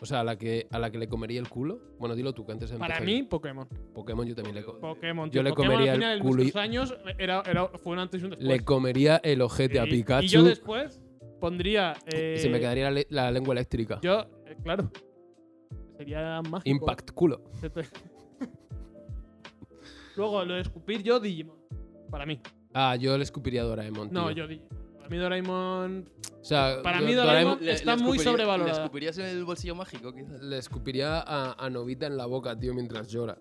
C: o sea, a la que, a la que le comería el culo. Bueno, dilo tú, que antes
A: Para
C: empecé.
A: mí, Pokémon.
C: Pokémon yo también le, co-
A: Pokémon.
C: Yo
A: tío.
C: le
A: Pokémon
C: comería
A: al
C: el
A: final, en
C: culo y-
A: nuestros años era, era- fue un antes y un después.
C: le comería el ojete a
A: Pues- Y-
C: Pikachu.
A: Y yo después pondría.
C: y
A: eh,
C: se me quedaría la, le- la lengua eléctrica.
A: Yo, eh, claro. Sería mágico.
C: Impact culo.
A: Se te- Luego, lo de escupir yo, Digimon. Para mí.
C: Ah, yo le escupiría a Doraemon.
A: No,
C: tío.
A: yo Digimon. Para mí Doraemon...
C: O sea,
A: para
C: yo
A: mí Doraemon- Está muy
B: escupiría-
A: sobrevalorada.
B: ¿Le escupirías en el bolsillo mágico, quizás?
C: le escupiría a, a Novita en la boca, tío, mientras llora.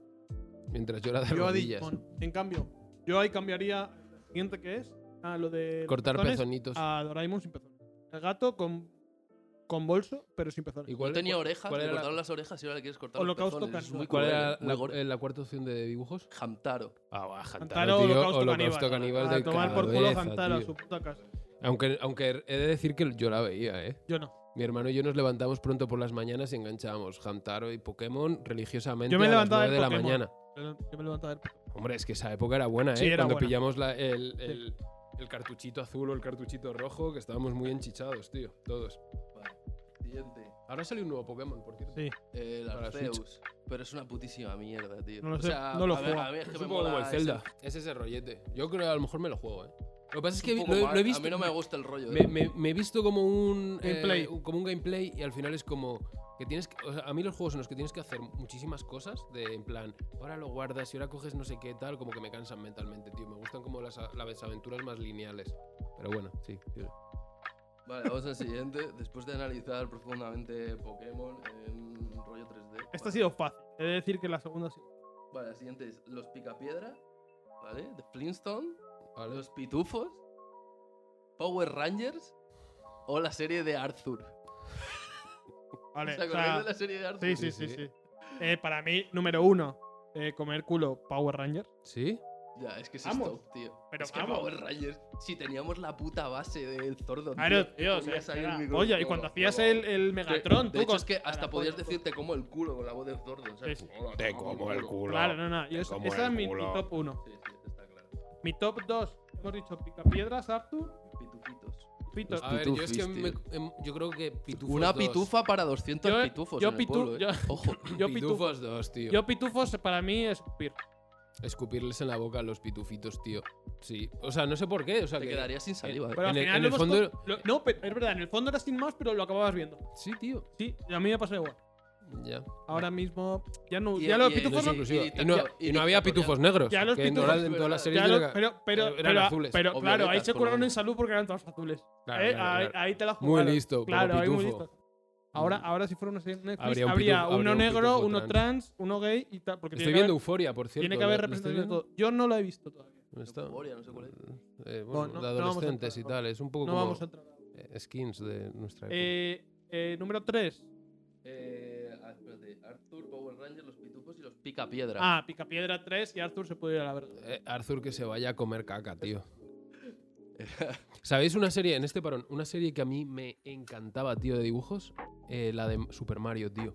C: Mientras llora de
A: Yo a
C: rodillas.
A: Digimon. En cambio, yo ahí cambiaría... el Siguiente que es... A lo de...
C: Cortar
A: pezones,
C: pezonitos.
A: A Doraemon sin pezones. El gato con... Con bolso, pero sin pezones.
C: ¿Y cuál-
B: No tenía
C: cuál-
B: orejas,
C: cuál
B: le
C: era la-
B: cortaron las orejas y ahora le quieres cortar
A: Holocausto
B: los pezones. Es
A: caníbal.
B: muy
C: ¿Cuál
B: cruel,
C: era
B: muy
C: la,
B: gordo.
C: eh, la cuarta opción de dibujos?
B: Hamtaro.
C: Ah, va,
A: Hantaro, holocausto, caníbal.
C: de
A: a tomar por culo
C: cabeza,
A: Hantaro a
C: tío.
A: su puta casa.
C: Aunque, aunque he de decir que yo la veía, ¿eh?
A: Yo no.
C: Mi hermano y yo nos levantamos pronto por las mañanas y enganchábamos Hamtaro y Pokémon religiosamente
A: Yo me
C: a las
A: levantaba
C: 9 de
A: del
C: la
A: Pokémon.
C: mañana.
A: Yo me levantaba del...
C: Hombre, es que esa época era buena, ¿eh?
A: Sí, era
C: Cuando
A: buena.
C: pillamos la- el, el- el cartuchito azul o el cartuchito rojo, que estábamos muy enchichados, tío, todos.
B: Vale. Siguiente.
C: Ahora salió un nuevo Pokémon, por cierto.
A: Sí.
B: El
C: Para
B: Arceus. Pero es una putísima mierda, tío.
A: No lo
B: o
A: sé,
B: sea,
A: no lo
B: a ver,
A: juego.
B: a mí es que
C: Es
B: me
C: un poco como el
B: mola ese-
C: Zelda. Es ese rollete. Yo creo que a lo mejor me lo juego, ¿eh? Lo que pasa es que
B: un
C: vi-
B: poco
C: lo,
B: mal.
C: lo he visto.
B: A mí no me gusta el rollo.
C: me,
B: eh.
C: me- me he visto como un eh,
A: Gameplay.
C: un- como un gameplay y al final es como que tienes que- o sea, a mí los juegos en los que tienes que hacer muchísimas cosas de en plan ahora lo guardas y ahora coges no sé qué tal como que me cansan mentalmente tío me gustan como las, a- las aventuras más lineales pero bueno sí tío.
B: Vale, vamos al siguiente. Después de analizar profundamente Pokémon en rollo 3D.
A: Esta
B: vale.
A: ha sido fácil. He de decir que la segunda sí.
B: Vale, la siguiente es los Picapiedra, ¿vale? The Flintstone,
C: Vale.
B: los Pitufos, Power Rangers o la serie de Arthur.
A: Vale,
B: ¿Os acordáis
A: o sea,
B: de la serie de Arthur?
A: Sí,
C: Sí,
A: sí,
C: sí.
A: sí, sí. Eh, para mí, número uno, eh, comer culo Power Ranger.
C: sí
B: Ya, es que es
A: Vamos.
B: stop, tío.
A: Pero
B: es que
A: vamos.
B: Power Rangers, si teníamos la puta base del zordo,
A: Claro,
B: te
A: tío, o sea,
B: ponías ahí el
A: era-
B: micro-
A: Oye, y
B: no,
A: cuando
B: no,
A: hacías
B: no.
A: el, el Megatron,
B: de
A: tú
B: hecho,
A: con-
B: es que hasta
A: Ahora,
B: podías
A: pues,
B: decirte como el culo con la voz del zordo, ¿sabes?
A: Sí, sí.
B: Hola,
C: te como el culo
A: Claro, no, no. y es-
C: como
A: esa es
C: el
A: mi, mi
C: culo.
A: top uno.
B: Sí, sí, está claro.
A: Mi top dos, hemos dicho picapiedras, Arthur,
B: Pitufitos.
A: Pito.
C: a ver yo es que
B: pitufis,
C: me-
B: tío.
C: em, yo creo que pitufos
B: Una
C: dos.
B: pitufa para 200
A: Yo-
B: pitufos.
A: yo
B: en el
A: pitu-
B: pueblo, ¿eh?
A: yo-
B: Ojo.
A: Yo pitufos.
C: pitufos dos tío
A: Yo pitufos para mí es pir.
C: escupirles en la boca a los pitufitos tío sí o sea no sé por qué o sea
B: Te
C: que-
B: quedarías sin saliva. ¿eh?
A: Pero al
C: En el-
A: final
C: en
A: lo
C: el
A: hemos
C: fondo-
A: co- lo- No, pero es verdad, en el fondo era sin más, pero lo acababas viendo.
C: sí tío
A: Sí, a mí me pasa igual.
C: Ya.
A: Ahora mismo ya no.
B: Y-
A: Ya los
B: y-
A: pitufos
B: Sí,
A: no.
B: sí.
C: Inclusive.
B: y-
C: Y no,
B: y-
C: y no había
B: y-
C: pitufos negros.
A: Ya los
C: que en
A: pitufos-
C: todas- en todas las series
A: ya
C: yo
A: lo-
C: creo que
A: pero pero,
C: eran
A: pero,
C: azules.
A: pero
B: o
A: claro, ahí
B: violetas,
A: se
B: por lo
A: curaron en
B: menos.
A: salud porque eran todos azules.
C: Claro,
A: ¿eh?
C: claro,
A: ahí,
C: claro.
A: ahí te la
C: Muy
A: jugaron.
C: listo, como
A: Claro, ahí muy
C: pitufo.
A: listo. Ahora, ahora si fuera una serie de Netflix,
C: Habría
A: habría,
C: un pitufo-
A: uno
C: habría un
A: negro,
C: pitufo
A: uno
C: trans.
A: trans. uno gay y tal. Porque tiene
C: Estoy
A: que
C: viendo
A: haber-
C: Euforia, por cierto.
A: tiene que haber
C: ¿la- la estoy
A: representación de todo. Yo no la he visto todavía.
C: viendo? ¿Está?
B: Euforia, no sé cuál es.
C: Eh, bueno,
A: no- no
C: de
A: vamos a
C: adolescentes y
A: entrar, no.
C: tal. Es un poco
A: No
C: como
A: vamos a entrar.
C: eh, skins de nuestra época.
A: Eh, eh, número 3.
B: Eh, ah, espérate. Arthur, Power Ranger, los pitufos y los picapiedra.
A: Ah, Picapiedra 3 y Arthur se puede ir a la verga.
C: Eh, Arthur que se vaya a comer caca, tío. ¿Sabéis una serie, en este parón, una serie que a mí me encantaba, tío, de dibujos? Eh, la de Super Mario, tío.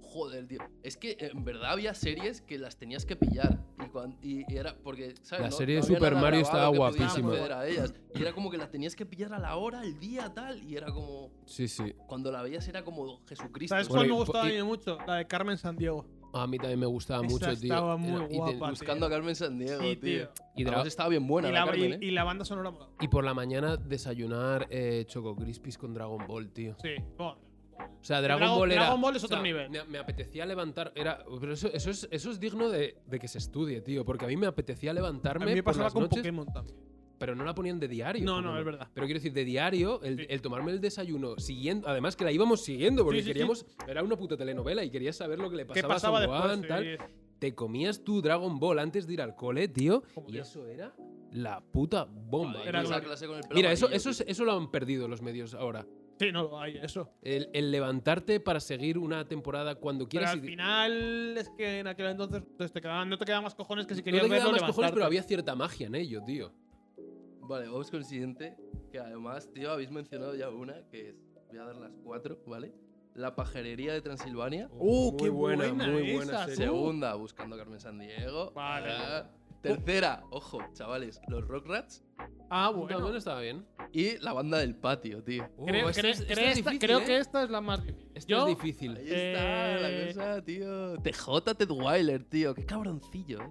B: Joder, tío. Es que en verdad había series que las tenías que pillar. Y, cuan- y- y era porque, ¿sabes?
C: La
B: No-
C: serie de
B: no había
C: Super
B: nada
C: Mario
B: grabado
C: estaba
B: que pudieras
A: guapísima.
B: acceder a ellas. Y era como que las tenías que pillar a la hora, el día, tal. Y era como.
C: Sí, sí.
B: Cuando la veías era como Jesucristo.
A: ¿Sabes
C: Bueno,
A: cuál
C: y-
A: me gustaba a
C: y-
A: mí mucho? La de Carmen Sandiego.
C: A mí también me gustaba
A: Esa
C: mucho, tío.
A: estaba muy
C: Era- y te-
A: guapa.
B: Buscando a Carmen Sandiego,
A: Sí, tío.
B: tío.
C: Y, de la-
B: Además estaba bien buena
A: y,
B: la,
A: la,
B: Carmen,
A: y-
B: ¿eh?
A: y la banda sonora. mola.
C: y por la mañana desayunar eh, Choco Crispies con Dragon Ball, tío.
A: Sí, bueno.
C: O sea, Dragon,
A: Dragon-
C: Ball era.
A: Dragon Ball es otro
C: o sea,
A: nivel.
C: Me, me apetecía levantar. Era, pero eso, eso, es, eso es digno de, de que se estudie, tío. Porque a mí me apetecía
A: A
C: levantarme.
A: mí me
C: por
A: pasaba
C: las
A: con
C: noches,
A: Pokémon también.
C: Pero no la ponían de diario.
A: No,
C: por lo
A: no, es
C: menos.
A: verdad.
C: Pero quiero decir, de diario, el,
A: Sí.
C: el tomarme el desayuno siguiendo. Además, que la íbamos siguiendo porque
A: Sí, sí, sí.
C: queríamos. Era una puta telenovela y querías saber lo que le pasaba,
A: ¿Qué pasaba
C: a Son
A: después?
C: Gohan, tal.
A: Sí,
C: Te comías tu Dragon Ball antes de ir al cole, tío.
A: Como
C: y
A: Dios.
C: eso era la puta bomba.
B: Joder,
A: Era
B: esa
A: gloria.
B: clase con el pelo
C: Mira, eso,
B: amarillo,
C: eso, es-
B: tío.
C: eso lo han perdido los medios ahora.
A: Sí, no, hay eso.
C: El, el levantarte para seguir una temporada cuando
A: Pero
C: quieras.
A: al
C: y-
A: final es que en aquel entonces pues, te quedaban, no te quedaban más cojones que si
C: No
A: querías
C: te quedaba
A: verlo
C: más cojones,
A: levantarte.
C: pero había cierta magia en ello, tío.
B: Vale, vamos con el siguiente. Que además, tío, habéis mencionado ya una, que es. Voy a dar las cuatro, ¿vale? La pajerería de Transilvania.
C: Oh,
A: ¡Uh, qué buena esa, sí.
C: uh.
B: Segunda, buscando a Carmen Sandiego.
A: Vale.
B: Ah, Tercera, ojo, chavales, los Rockrats
A: Ah,
C: Bueno,
A: bueno.
C: estaba bien.
B: y la banda del patio, tío.
A: Creo,
C: Uh, esta
A: creo-
C: es- esta
A: creo
C: es
A: esta-
C: difícil,
A: creo
C: ¿eh?
A: que esta es la más difícil.
C: Esta
A: Yo-
C: es difícil.
B: Ahí está la
A: Eh.
B: cosa, tío. TJ Ted Wilder, tío. Qué cabroncillo, eh.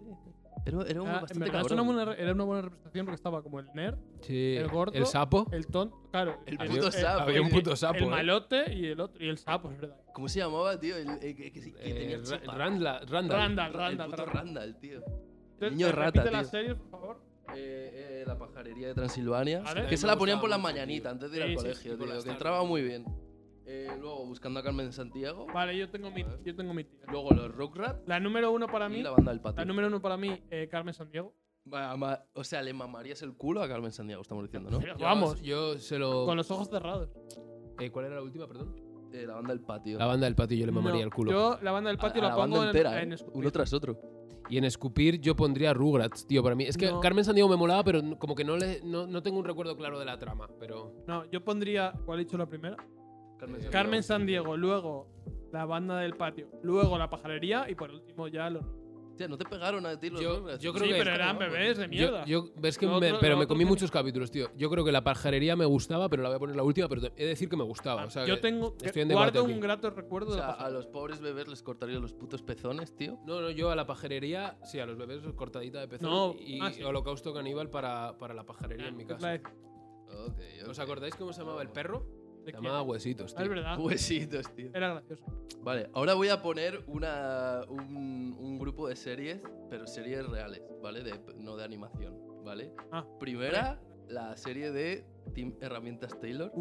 B: Era, era un
A: Ah, en
B: bastante
A: verdad, es
B: cabrón.
A: una buena re- era una buena representación porque estaba como el nerd,
C: Sí.
A: El gordo,
C: El sapo.
A: el tonto, claro.
B: El puto sapo.
C: Había un puto sapo.
A: El
C: ¿eh?
A: malote y el otro y el sapo, es verdad.
B: ¿Cómo se llamaba, tío? El, eh, que, que- que
C: Eh,
B: tenía
C: Ra-
B: chepa.
C: Randla- Randall.
A: Randall,
B: El
A: Randall,
B: puto
A: Randall.
B: Randall, tío.
A: Entonces,
B: Niño
A: repite
B: rata,
A: las
B: tío.
A: series, por favor.
B: Eh, eh, la pajarería de Transilvania.
A: Vale.
B: Que
C: También
B: se
C: me
B: la ponían
C: gustaba
B: por la
C: mucho, tío.
B: mañanita antes de
A: Sí,
B: ir al
A: sí,
C: sí,
B: colegio,
C: por
B: tío.
C: las
B: Que
C: tardes.
B: entraba muy bien. Eh, luego, buscando a Carmen Santiago.
A: Vale, yo tengo mi, yo tengo mi tía.
B: Luego los Rockrats
A: La número uno para
B: y
A: mí,
B: la
A: la,
B: banda del patio.
A: número uno para mí, eh, Carmen Sandiego.
B: Ma- ma- O sea, le mamarías el culo a Carmen Sandiego, estamos diciendo, ¿no?
A: Pero
C: Yo-
A: Vamos,
C: Yo se lo.
A: con los ojos cerrados.
C: Eh, ¿Cuál era la última, perdón?
B: Eh, la banda del patio.
C: La banda del patio, yo le mamaría
A: No,
C: el culo.
A: Yo la banda del patio
B: a, a
A: la
B: la
A: pongo
B: banda
A: en,
B: entera,
A: en
B: ¿eh?
A: Scooby.
B: uno tras otro.
C: Y en Escupir yo pondría Rugrats, tío, para mí. Es que
A: No.
C: Carmen Sandiego me molaba, pero n- como que no, le, no, no tengo un recuerdo claro de la trama. Pero.
A: No, yo pondría, ¿cuál he dicho la primera?
B: Carmen Sandiego.
A: Carmen Sandiego, luego la banda del patio, luego la pajarería y por último ya los.
B: Hostia, no te pegaron a ti los
C: Yo-
B: Rockrats?
C: yo
A: Sí,
C: creo que-
A: pero eran bebés de mierda.
C: Yo, yo- ves que
A: Lo
C: me-
A: otro-
C: pero
A: lo
C: me
A: otro
C: comí
A: tiene-
C: muchos capítulos, tío. Yo creo que la pajarería me gustaba, pero la voy a poner la última, pero te- he de decir que me gustaba. o sea
A: Ah, yo
C: que-
A: tengo
C: estoy en debate
A: guardo
C: aquí.
A: un grato recuerdo
B: O
A: de la
B: sea, a
A: pajarería.
B: los pobres bebés les cortaría los putos pezones, tío.
C: No, no, yo a la pajarería, sí, a los bebés cortadita de pezón
A: No,
C: y
A: ah, sí.
C: holocausto caníbal para, para la pajarería en mi
A: Es la
C: casa.
A: de-
B: Ok, ok.
C: ¿Os acordáis cómo se llamaba el perro?
A: de
C: Se
A: quién.
C: llamaba Huesitos,
A: Ah, es
C: tío.
A: verdad.
B: Huesitos, tío.
A: Era gracioso.
B: Vale, ahora voy a poner una, un, un grupo de series, pero series reales, ¿vale? De, no de animación, ¿vale?
A: Ah.
B: Primera, la serie de Team Herramientas Taylor.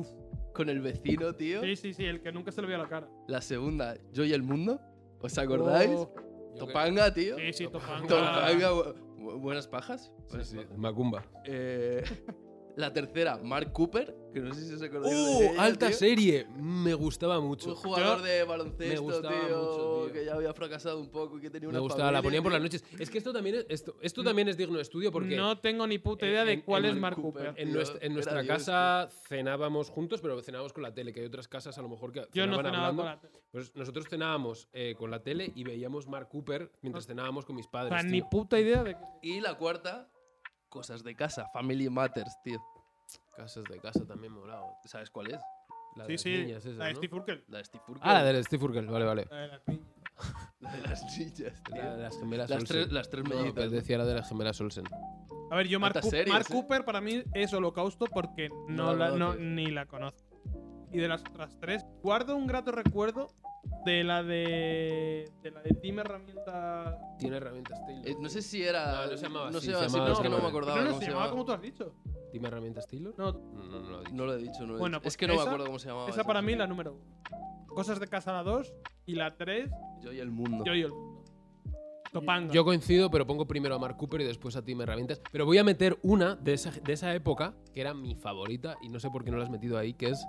B: Con el vecino, tío.
A: Sí, sí, sí, el que nunca se le vio la cara.
B: La segunda, Yo y el Mundo. ¿Os acordáis?
A: Oh,
C: Yo que-
B: Topanga, tío.
A: sí, sí, Topanga.
B: Topanga, bu- bu- buenas pajas.
C: Sí,
B: Buenas
C: sí,
B: pajas.
C: Macumba.
B: Eh, la tercera, Mark Cooper, que no sé si os acordáis. de
C: ¡Uh!
B: ella,
C: ¡Alta
B: tío.
C: serie! Me gustaba
B: Un
C: mucho.
B: jugador
A: Yo-
B: de
C: me
B: baloncesto,
C: gustaba
B: tío,
C: mucho, tío.
B: que ya había fracasado un poco y que tenía
C: Me
B: una
C: gustaba, la
B: familia,
C: ponían por
B: tío.
C: las noches. Es que esto también es, esto, esto también es digno de estudio porque
A: Mm. no tengo ni puta idea
C: en- Eh,
A: de cuál
C: en
A: es
B: el
A: Mark
B: Cooper.
A: Cooper.
C: en
B: Yo-
C: nuestra, en
B: era
C: nuestra
B: Dios,
C: casa cenábamos juntos, pero cenábamos con la tele, que hay otras casas a lo mejor que
A: Yo no
C: cenaban
A: cenaba
C: hablando.
A: con la tele.
C: Pues nosotros cenábamos eh, con la tele y veíamos Mark Cooper mientras cenábamos con mis
A: O
C: padres.
A: sea, Ah. ni
C: tío.
A: puta idea de
B: Y la cuarta, cosas de casa, Family Matters, tío.
C: Casas de casa también molado.
B: ¿Sabes cuál es?
C: La de
A: Sí,
C: las
A: sí.
C: niñas esas,
A: la de
C: ¿no?
A: Steve Urkel.
B: La de Steve Urkel.
C: Ah, la del Steve Urkel, vale, vale.
A: La de las niñas.
B: La de las niñas, tío.
C: La de las gemelas
B: Las
C: Olsen.
B: tres, las tres
C: No,
B: mellitas.
C: que decía la de las gemelas Olsen.
A: A ver, yo Mark,
B: ¿Cuántas
A: Coop-
B: series,
A: Mark
B: eh?
A: Cooper para mí es holocausto porque no,
B: No,
A: la-
B: no,
A: no-
B: tío.
A: ni la conozco. Y de las otras tres, guardo un grato recuerdo de la de. De la de Team Herramienta.
C: Tiene herramientas Taylor.
B: Eh, no sé si era.
C: No, no se llamaba
B: No
C: así,
B: sé,
C: se
B: así,
C: llamaba-
B: no, es que
A: no,
B: no me
C: no,
B: acordaba.
A: no, no,
B: cómo
A: se
B: se
A: llamaba como
B: llamaba.
A: tú has dicho.
C: ¿Dime herramientas Taylor?
A: No,
C: No, no, no lo he dicho.
B: No lo he dicho, no lo he
A: Bueno,
B: dicho.
A: pues
B: es que no
A: esa-
B: me acuerdo cómo se llamaba.
A: esa para mí la número uno. Cosas de casa la dos y la tres,
B: Yo y el mundo.
A: yo y el mundo. Topanga.
C: Yo coincido, pero pongo primero a Mark Cooper y después a Tim Herramientas. Pero voy a meter una de esa, de esa época, que era mi favorita, y no sé por qué no la has metido ahí, que es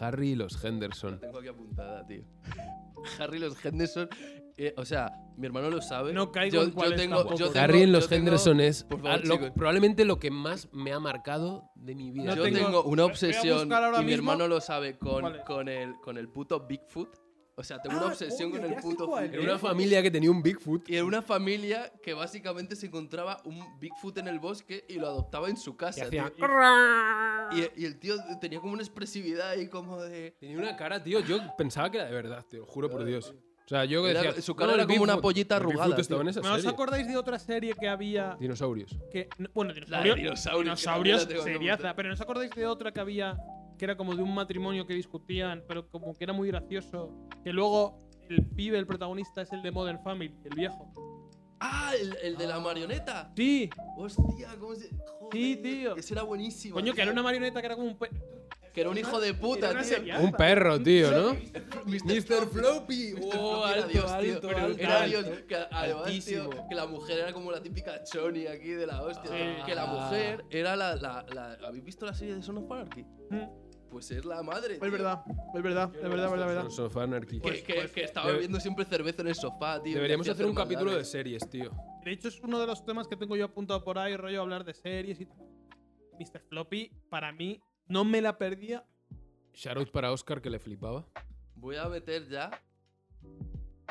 C: Harry y los
B: La
C: Henderson.
B: tengo aquí apuntada, tío. Harry los Henderson. eh, o sea, mi hermano lo sabe.
A: No caigo en cuál es tampoco. Tengo-
C: Harry en los
B: yo tengo-
C: Henderson es
B: por
C: ah,
B: favor,
C: lo-
B: chicos.
C: probablemente lo que más me ha marcado de mi
A: No
C: vida.
B: yo
A: tengo-
B: tengo,
A: voy a
B: una obsesión
A: buscar ahora
B: y mi
A: mismo-
B: hermano lo sabe
A: ¿Cuál es?
B: con, con, el, con el puto Bigfoot. O sea, tengo
A: Ah,
B: una obsesión
A: coño,
B: con
A: ya
B: el
A: sé
B: puto
A: cuál
C: Era
A: es.
B: Bigfoot.
C: una familia que tenía un Bigfoot.
B: Y era una familia que básicamente se encontraba un Bigfoot en el bosque y lo adoptaba en su
C: que
B: casa.
C: hacía-
B: tío. Y, y el tío tenía como una expresividad ahí como de...
C: Tenía una cara, tío. Yo pensaba que era de verdad, te lo juro por Dios. O sea, yo que
B: Era-
C: decía,
B: su cara
C: no,
B: era
C: el
B: como una
C: Bigfoot.
B: pollita
C: El Bigfoot
B: arrugada,
C: estaba
B: tío.
C: en esa
A: ¿No os
C: serie.
A: acordáis de otra serie que había
C: Dinosaurios.
A: que no- bueno,
B: La de
A: dinosaurios,
B: dinosaurios.
A: dinosaurios
B: que también la tengo que
A: seriaza,
B: apuntar.
A: pero ¿no os acordáis de otra que había que era como de un matrimonio que discutían, pero como que era muy gracioso, que luego el pibe, el protagonista es el de Modern Family, el viejo.
B: Ah, el, el de la marioneta.
A: Sí,
B: Hostia, ¿cómo se...? Joder,
A: Sí, tío.
B: Ese era buenísimo.
A: coño, que
B: tío.
A: era una marioneta que era como un pe-
B: Que era un hijo de
A: era
B: puta,
A: una
B: tío.
A: seriaza.
C: Un perro, tío, ¿no?
B: Mr. Floppy. Oh, era
C: Floppy, alto,
B: Dios, tío.
C: alto,
B: Pero
C: alto,
B: era
C: alto.
B: Dios. Que además, tío,
C: Altísimo.
B: que la mujer era como la típica Choni aquí de la hostia.
C: Ah.
A: Sí.
B: Que la mujer era la, la, la- ¿Habéis visto la serie de Son of Anarchy?
A: Mm,
B: Pues es la madre.
A: Es
B: tío.
A: verdad, es verdad, es verdad, es verdad, es verdad.
C: Sons of Anarchy.
B: Que, que-
C: pues.
B: que estaba
C: debe-
B: bebiendo siempre cerveza en el sofá, tío.
C: Deberíamos
B: que
C: hacer un
B: hacía
C: capítulo de
B: maldades.
C: series, tío.
A: De hecho es uno de los temas que tengo yo apuntado por ahí, rollo hablar de series y tal. Mr. Floppy para mí no me la perdía.
C: Shoutout para Oscar que le flipaba.
B: Voy a meter ya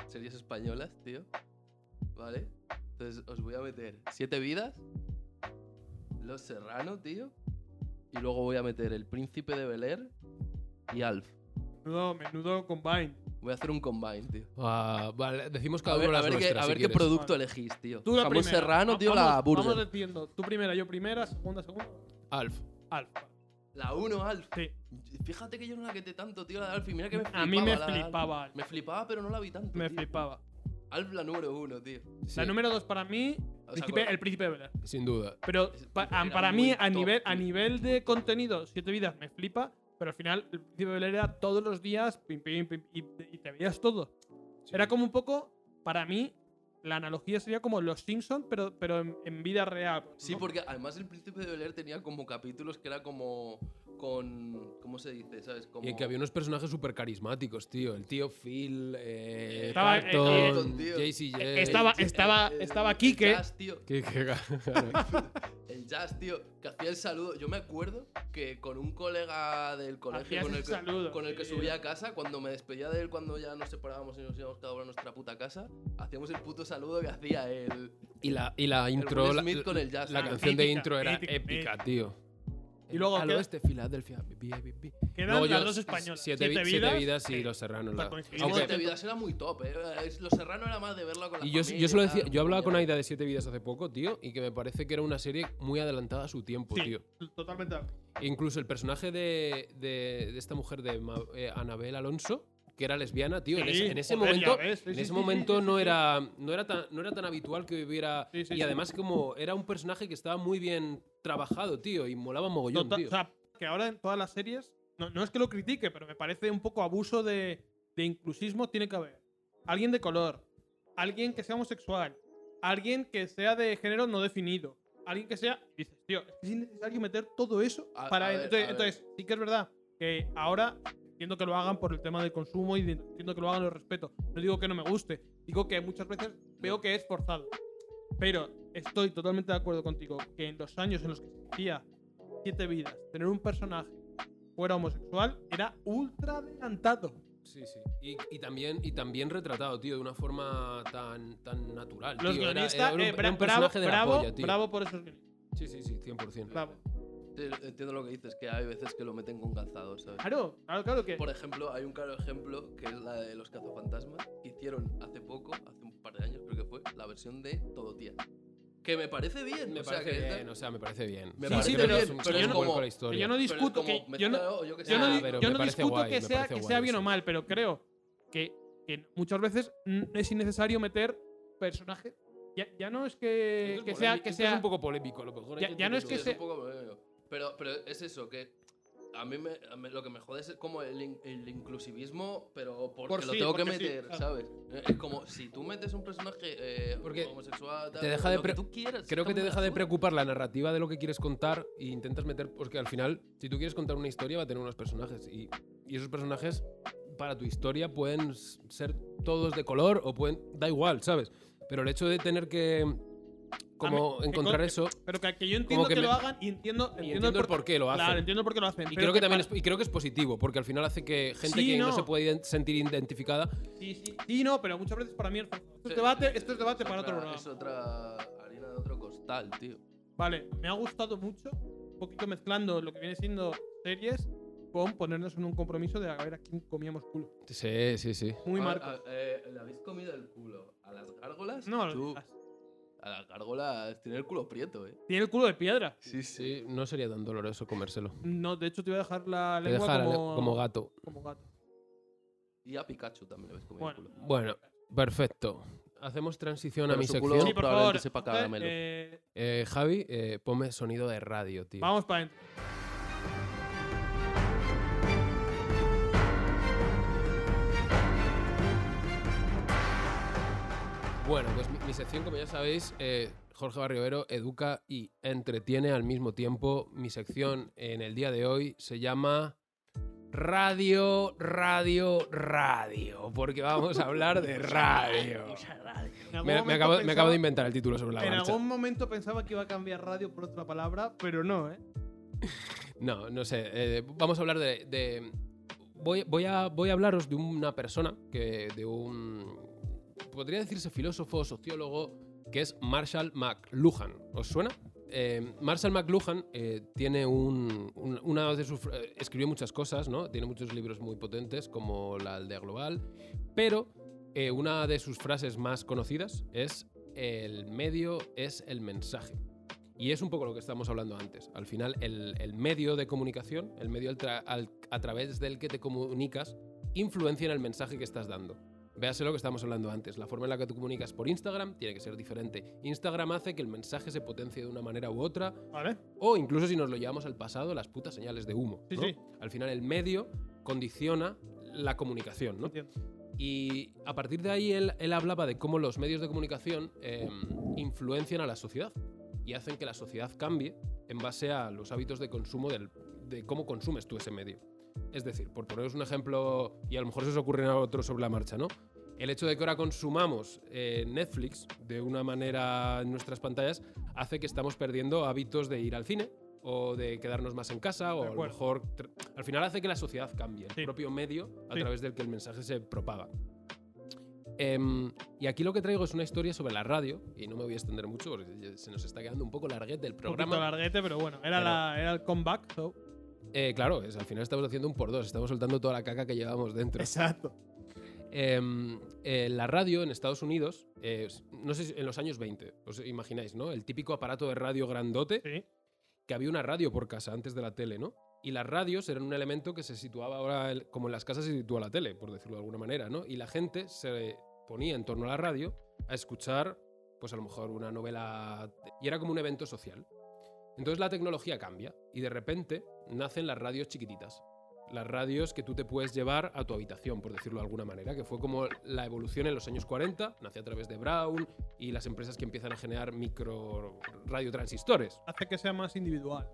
B: series españolas, tío. ¿Vale? Entonces os voy a meter Siete Vidas, Los Serrano, tío. Y luego voy a meter El Príncipe de Bel Air y Alf.
A: Menudo, menudo combine.
B: Voy a hacer un combine, tío.
C: Ah, vale, decimos
B: A
C: cada
B: ver,
C: uno
B: a
C: las
B: ver, qué,
C: nuestras,
B: a
C: si
B: ver qué
C: quieres.
B: producto elegís, tío.
A: Tú la
B: Jamón
A: primera.
B: Serrano,
A: Va-
B: tío, la
A: vamos- Vamos
B: burger.
A: diciendo, tú primera, yo primera, segunda, segunda.
C: Alf.
A: Alfa.
B: La 1, Alf.
A: Sí.
B: Fíjate que yo no la queté tanto, tío, la de Alf. Y mira que me flipaba.
A: A mí me
B: la de Alf.
A: flipaba Alf.
B: Me flipaba, pero no la vi tanto.
A: Me
B: tío.
A: flipaba.
B: Alf, la número uno, tío.
A: La
C: Sí,
A: número dos para mí,
B: O sea,
A: príncipe-
B: cuál-
A: el príncipe de Belén.
C: Sin duda.
A: Pero
B: Es-
A: pa-
B: era
A: a- para
B: muy
A: mí, a
B: top,
A: nivel,
B: tío.
A: a nivel de contenido, Siete Vidas me flipa, pero al final el príncipe de Belén era todos los días pim, pim, pim, y, y te veías todo. Era como un poco, para mí, la analogía sería como los Simpsons, pero, pero en, en vida real.
B: Sí,
A: ¿no?
B: porque además el Príncipe de Bel Air tenía como capítulos que era como con ¿cómo se dice? ¿Sabes? Como
C: Y que había unos personajes súper carismáticos, tío. El tío Phil, eh,
A: Estaba, eh,
C: Carlton,
B: eh,
C: JCJ.
A: eh, estaba-
B: El-
A: estaba-
B: el-
A: estaba
B: el
A: Quique.
B: jazz, tío.
C: Qué- qué ga-
B: El jazz, tío, que hacía el saludo. Yo me acuerdo que con un colega del colegio
A: Hacías
B: con
A: el
B: el, que,
A: saludo,
B: con el que
A: sí.
B: subía a casa, cuando me despedía de él, cuando ya nos separábamos y nos íbamos cada uno a nuestra puta casa, hacíamos el puto saludo que hacía él.
C: y, la, y la intro,
B: Will
C: la,
B: Smith con el jazz,
C: la
B: tío.
C: canción de
A: Mítica,
C: intro era
A: mítica,
C: épica,
A: mítica.
C: tío.
A: Y luego
C: Al
A: queda-
C: oeste, Filadelfia. bi- bi- bi- bi.
A: Quedan
C: Luego
A: las
C: yo,
A: dos españolas.
C: Siete, vi- siete vidas, y Los Serranos.
A: Para
C: la-
A: coincidir.
B: Aunque
C: Aunque-
B: este video era muy top, eh. Es- Lo serrano era más de verlo con la
C: Y yo,
B: familia
C: yo solo
B: y tal,
C: decía, yo hablaba con
B: coño.
C: Aida de Siete Vidas hace poco, tío, y que me parece que era una serie muy adelantada a su tiempo,
A: Sí,
C: tío.
A: totalmente. de acuerdo.
C: E incluso el personaje de, de- de esta mujer de Ma- eh, Anabel Alonso, que era lesbiana, tío, en
A: Sí,
C: ese, en ese
A: joder, ya
C: momento,
A: ves, sí,
C: en
A: sí, sí,
C: ese
A: sí,
C: momento
A: sí,
C: no
A: sí.
C: era no era tan no era tan habitual que hubiera
A: Sí, sí, sí.
C: y además como era un personaje que estaba muy bien trabajado, tío, y molaba mogollón,
A: Total-
C: tío.
A: o sea, que ahora en todas las series, no, no es que lo critique, pero me parece un poco abuso de, de inclusismo. Tiene que haber alguien de color, alguien que sea homosexual, alguien que sea de género no definido, alguien que sea. y Dices, tío, es que es innecesario meter todo eso
B: A-
A: para.
B: a ver,
A: entonces,
B: a ver.
A: entonces, sí que es verdad que ahora entiendo que lo hagan por el tema del consumo y de- entiendo que lo hagan lo respeto. No digo que no me guste, digo que muchas veces veo que es forzado. Pero estoy totalmente de acuerdo contigo que en los años en los que existía Siete Vidas, tener un personaje fuera homosexual era ultra adelantado.
C: Sí, sí. Y, y también y también retratado, tío, de una forma tan tan natural,
A: Los
C: tío. Era-
A: guionistas,
C: era un-
A: eh,
C: era
A: bra- bravo,
C: un personaje de la
A: bravo,
C: polla, tío.
A: bravo por esos guionistas.
C: Sí, sí, sí, 100%.
A: Bravo.
B: Sí, Entiendo lo que dices, que hay veces que lo meten con calzador, ¿sabes?
A: Claro, claro, claro que.
B: Por ejemplo, hay un claro ejemplo que es la de los cazafantasmas. que Hicieron hace poco, hace un par de años creo que fue, la versión de Todo Tía. Que me parece bien.
C: Me
B: o sea,
C: parece
B: que
C: bien, o sea, me parece bien.
B: Me
A: Sí,
B: parece
A: sí,
B: bien,
A: pero-
C: es un-
A: pero
C: es
A: yo
C: un
A: no-
C: buen con la
A: que
C: historia.
A: yo no
B: pero es
A: discuto
B: como
A: que yo no,
B: mezclado, yo qué sé.
A: yo no,
C: Ah,
A: di-
C: pero
A: yo
C: me
A: no
C: parece
A: discuto
C: guay,
A: que
C: me
A: sea
C: parece
A: que
C: guay
A: sea bien
C: eso.
A: o mal, pero creo que que muchas veces mm, es innecesario meter personajes. Ya, ya no es que,
C: Esto es
A: que
C: polémico,
A: sea. Que
C: esto es
A: sea
C: un poco polémico, a lo mejor. hay
A: Ya-
C: gente
A: ya no es
B: Sí,
A: que
B: es
A: se-
B: un poco problema. Pero, pero es eso, que a mí, me, a mí lo que me jode es como el, in- el inclusivismo, pero porque
A: Por
B: lo
A: sí,
B: tengo que
A: porque sí,
B: meter,
A: claro.
B: ¿sabes? Eh, Es como si tú metes un personaje eh,
C: Porque
B: homosexual, tal,
C: te deja de
B: lo que
C: pre-
B: tú quieras.
C: Creo que
B: también
C: te
B: me
C: deja de
B: la suda.
C: preocupar la narrativa de lo que quieres contar e intentas meter. Porque al final, si tú quieres contar una historia, va a tener unos personajes. Y, y esos personajes, para tu historia, pueden s- ser todos de color o pueden. Da igual, ¿sabes? Pero el hecho de tener que. Como
A: A mí-
C: encontrar
A: que-
C: eso.
A: Pero que, que yo entiendo
C: que
A: que,
C: me-
A: lo hagan y entiendo,
C: Y entiendo el por qué lo hacen.
A: Claro, entiendo por qué lo hacen.
C: Y
A: pero
C: creo que también es,
A: pa-
C: y creo que es positivo, porque al final hace que gente
A: Sí,
C: que no.
A: no.
C: se puede ident- sentir identificada.
A: Sí, sí, sí, no, pero muchas veces para mí. Esto
B: Sí,
A: es Este debate,
B: sí, sí,
A: esto es debate para
B: otra-
A: otro programa.
B: Es otra harina de otro costal, tío.
A: Vale, me ha gustado mucho, un poquito mezclando lo que viene siendo series con ponernos en un compromiso de a ver a quién comíamos culo.
C: Sí, sí, sí.
A: Muy
B: A-
A: marco.
B: a- eh, ¿Le habéis comido el culo a las gárgolas?
A: No,
B: Tú,
A: las-
B: a las gárgolas tiene el culo prieto, ¿eh?
A: tiene el culo de piedra.
B: Sí,
C: Sí, no sería tan doloroso comérselo.
A: No, de hecho te iba a dejar la
C: Te
A: lengua
C: deja la le-
A: como,
C: como gato.
A: como gato.
B: Y a Pikachu también le habéis comido
A: Bueno.
B: el culo.
C: Bueno, perfecto. Hacemos transición a
B: Pero
C: mi
B: su
C: sección.
B: culo-
A: Sí, por
B: probablemente
A: favor.
B: sepa
A: entonces,
B: caramelo.
A: eh,
C: Eh, Javi, eh, ponme sonido de radio, tío.
A: vamos para adentro.
C: Bueno, pues mi, mi sección, como ya sabéis, eh, Jorge Barriovero educa y entretiene al mismo tiempo. Mi sección en el día de hoy se llama Radio, Radio, Radio. Porque vamos a hablar de radio.
A: En algún
C: Me,
A: momento
C: me acabo, me acabo
A: pensaba-
C: de inventar el título sobre la
A: En
C: marcha.
A: algún momento pensaba que iba a cambiar radio por otra palabra, pero no, ¿eh?
C: No, no sé. eh, vamos a hablar de. de- voy, voy a, voy a hablaros de una persona, que, de un. Podría decirse filósofo, sociólogo, que es Marshall McLuhan. ¿Os suena? Eh, Marshall McLuhan eh, tiene un, un- una de sus eh, escribió muchas cosas, ¿no? Tiene muchos libros muy potentes como La aldea global, pero eh, una de sus frases más conocidas es el medio es el mensaje. Y es un poco lo que estábamos hablando antes. Al final, el, el medio de comunicación, el medio al tra- al- a través del que te comunicas, influencia en el mensaje que estás dando. Véase lo que estábamos hablando antes. La forma en la que tú comunicas por Instagram tiene que ser diferente. Instagram hace que el mensaje se potencie de una manera u otra.
A: Vale.
C: O incluso si nos lo llevamos al pasado, las putas señales de humo.
A: Sí,
C: ¿no?
A: sí.
C: Al final, el medio condiciona la comunicación, ¿no?
A: Entiendo.
C: Y a partir de ahí él, él hablaba de cómo los medios de comunicación eh, influencian a la sociedad y hacen que la sociedad cambie en base a los hábitos de consumo del- de cómo consumes tú ese medio. Es decir, por poneros un ejemplo, y a lo mejor se os ocurre a otros sobre la marcha, ¿no? El hecho de que ahora consumamos eh, Netflix de una manera en nuestras pantallas hace que estamos perdiendo hábitos de ir al cine o de quedarnos más en casa o a lo
A: acuerdo.
C: mejor... tr- Al final hace que la sociedad cambie, el
A: Sí.
C: propio medio a
A: Sí.
C: través del que el mensaje se propaga. Em, y aquí lo que traigo es una historia sobre la radio, y no me voy a extender mucho porque ya se nos está quedando un poco larguete el
A: Un poquito
C: programa.
A: larguete, pero bueno, era,
C: Pero-
A: la- era el comeback. so-
C: Eh, claro, es, al final estamos haciendo un por dos, estamos soltando toda la caca que llevamos dentro.
A: Exacto.
C: Em, eh, la radio en Estados Unidos, eh, s- no sé, si- en los años 20, os imagináis, ¿no? El típico aparato de radio grandote,
A: Sí.
C: que había una radio por casa antes de la tele, ¿no? Y las radios eran un elemento que se situaba ahora, el- como en las casas se sitúa la tele, por decirlo de alguna manera, ¿no? Y la gente se ponía en torno a la radio a escuchar, pues a lo mejor una novela, y era como un evento social. Entonces la tecnología cambia y de repente nacen las radios chiquititas, las radios que tú te puedes llevar a tu habitación, por decirlo de alguna manera, que fue como la evolución en los años 40, nace a través de Brown y las empresas que empiezan a generar micro radiotransistores.
A: Hace que sea más individual.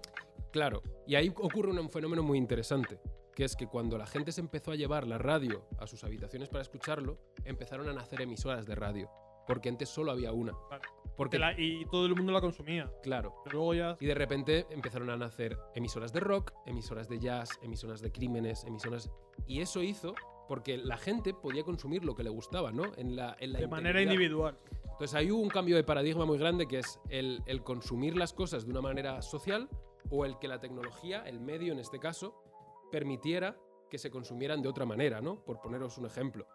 C: Claro, y ahí ocurre un fenómeno muy interesante, que es que cuando la gente se empezó a llevar la radio a sus habitaciones para escucharlo, empezaron a nacer emisoras de radio, porque antes solo había una.
A: Vale.
C: Porque
A: Que la- y todo el mundo la consumía.
C: claro,
A: Pero luego ya.
C: y de repente empezaron a nacer emisoras de rock, emisoras de jazz, emisoras de crímenes, emisoras y eso hizo porque la gente podía consumir lo que le gustaba, ¿no? En la, en la
A: De manera
C: integridad.
A: individual.
C: Entonces ahí hubo un cambio de paradigma muy grande que es el, el consumir las cosas de una manera social o el que la tecnología, el medio en este caso, permitiera que se consumieran de otra manera, ¿no? Por poneros un ejemplo.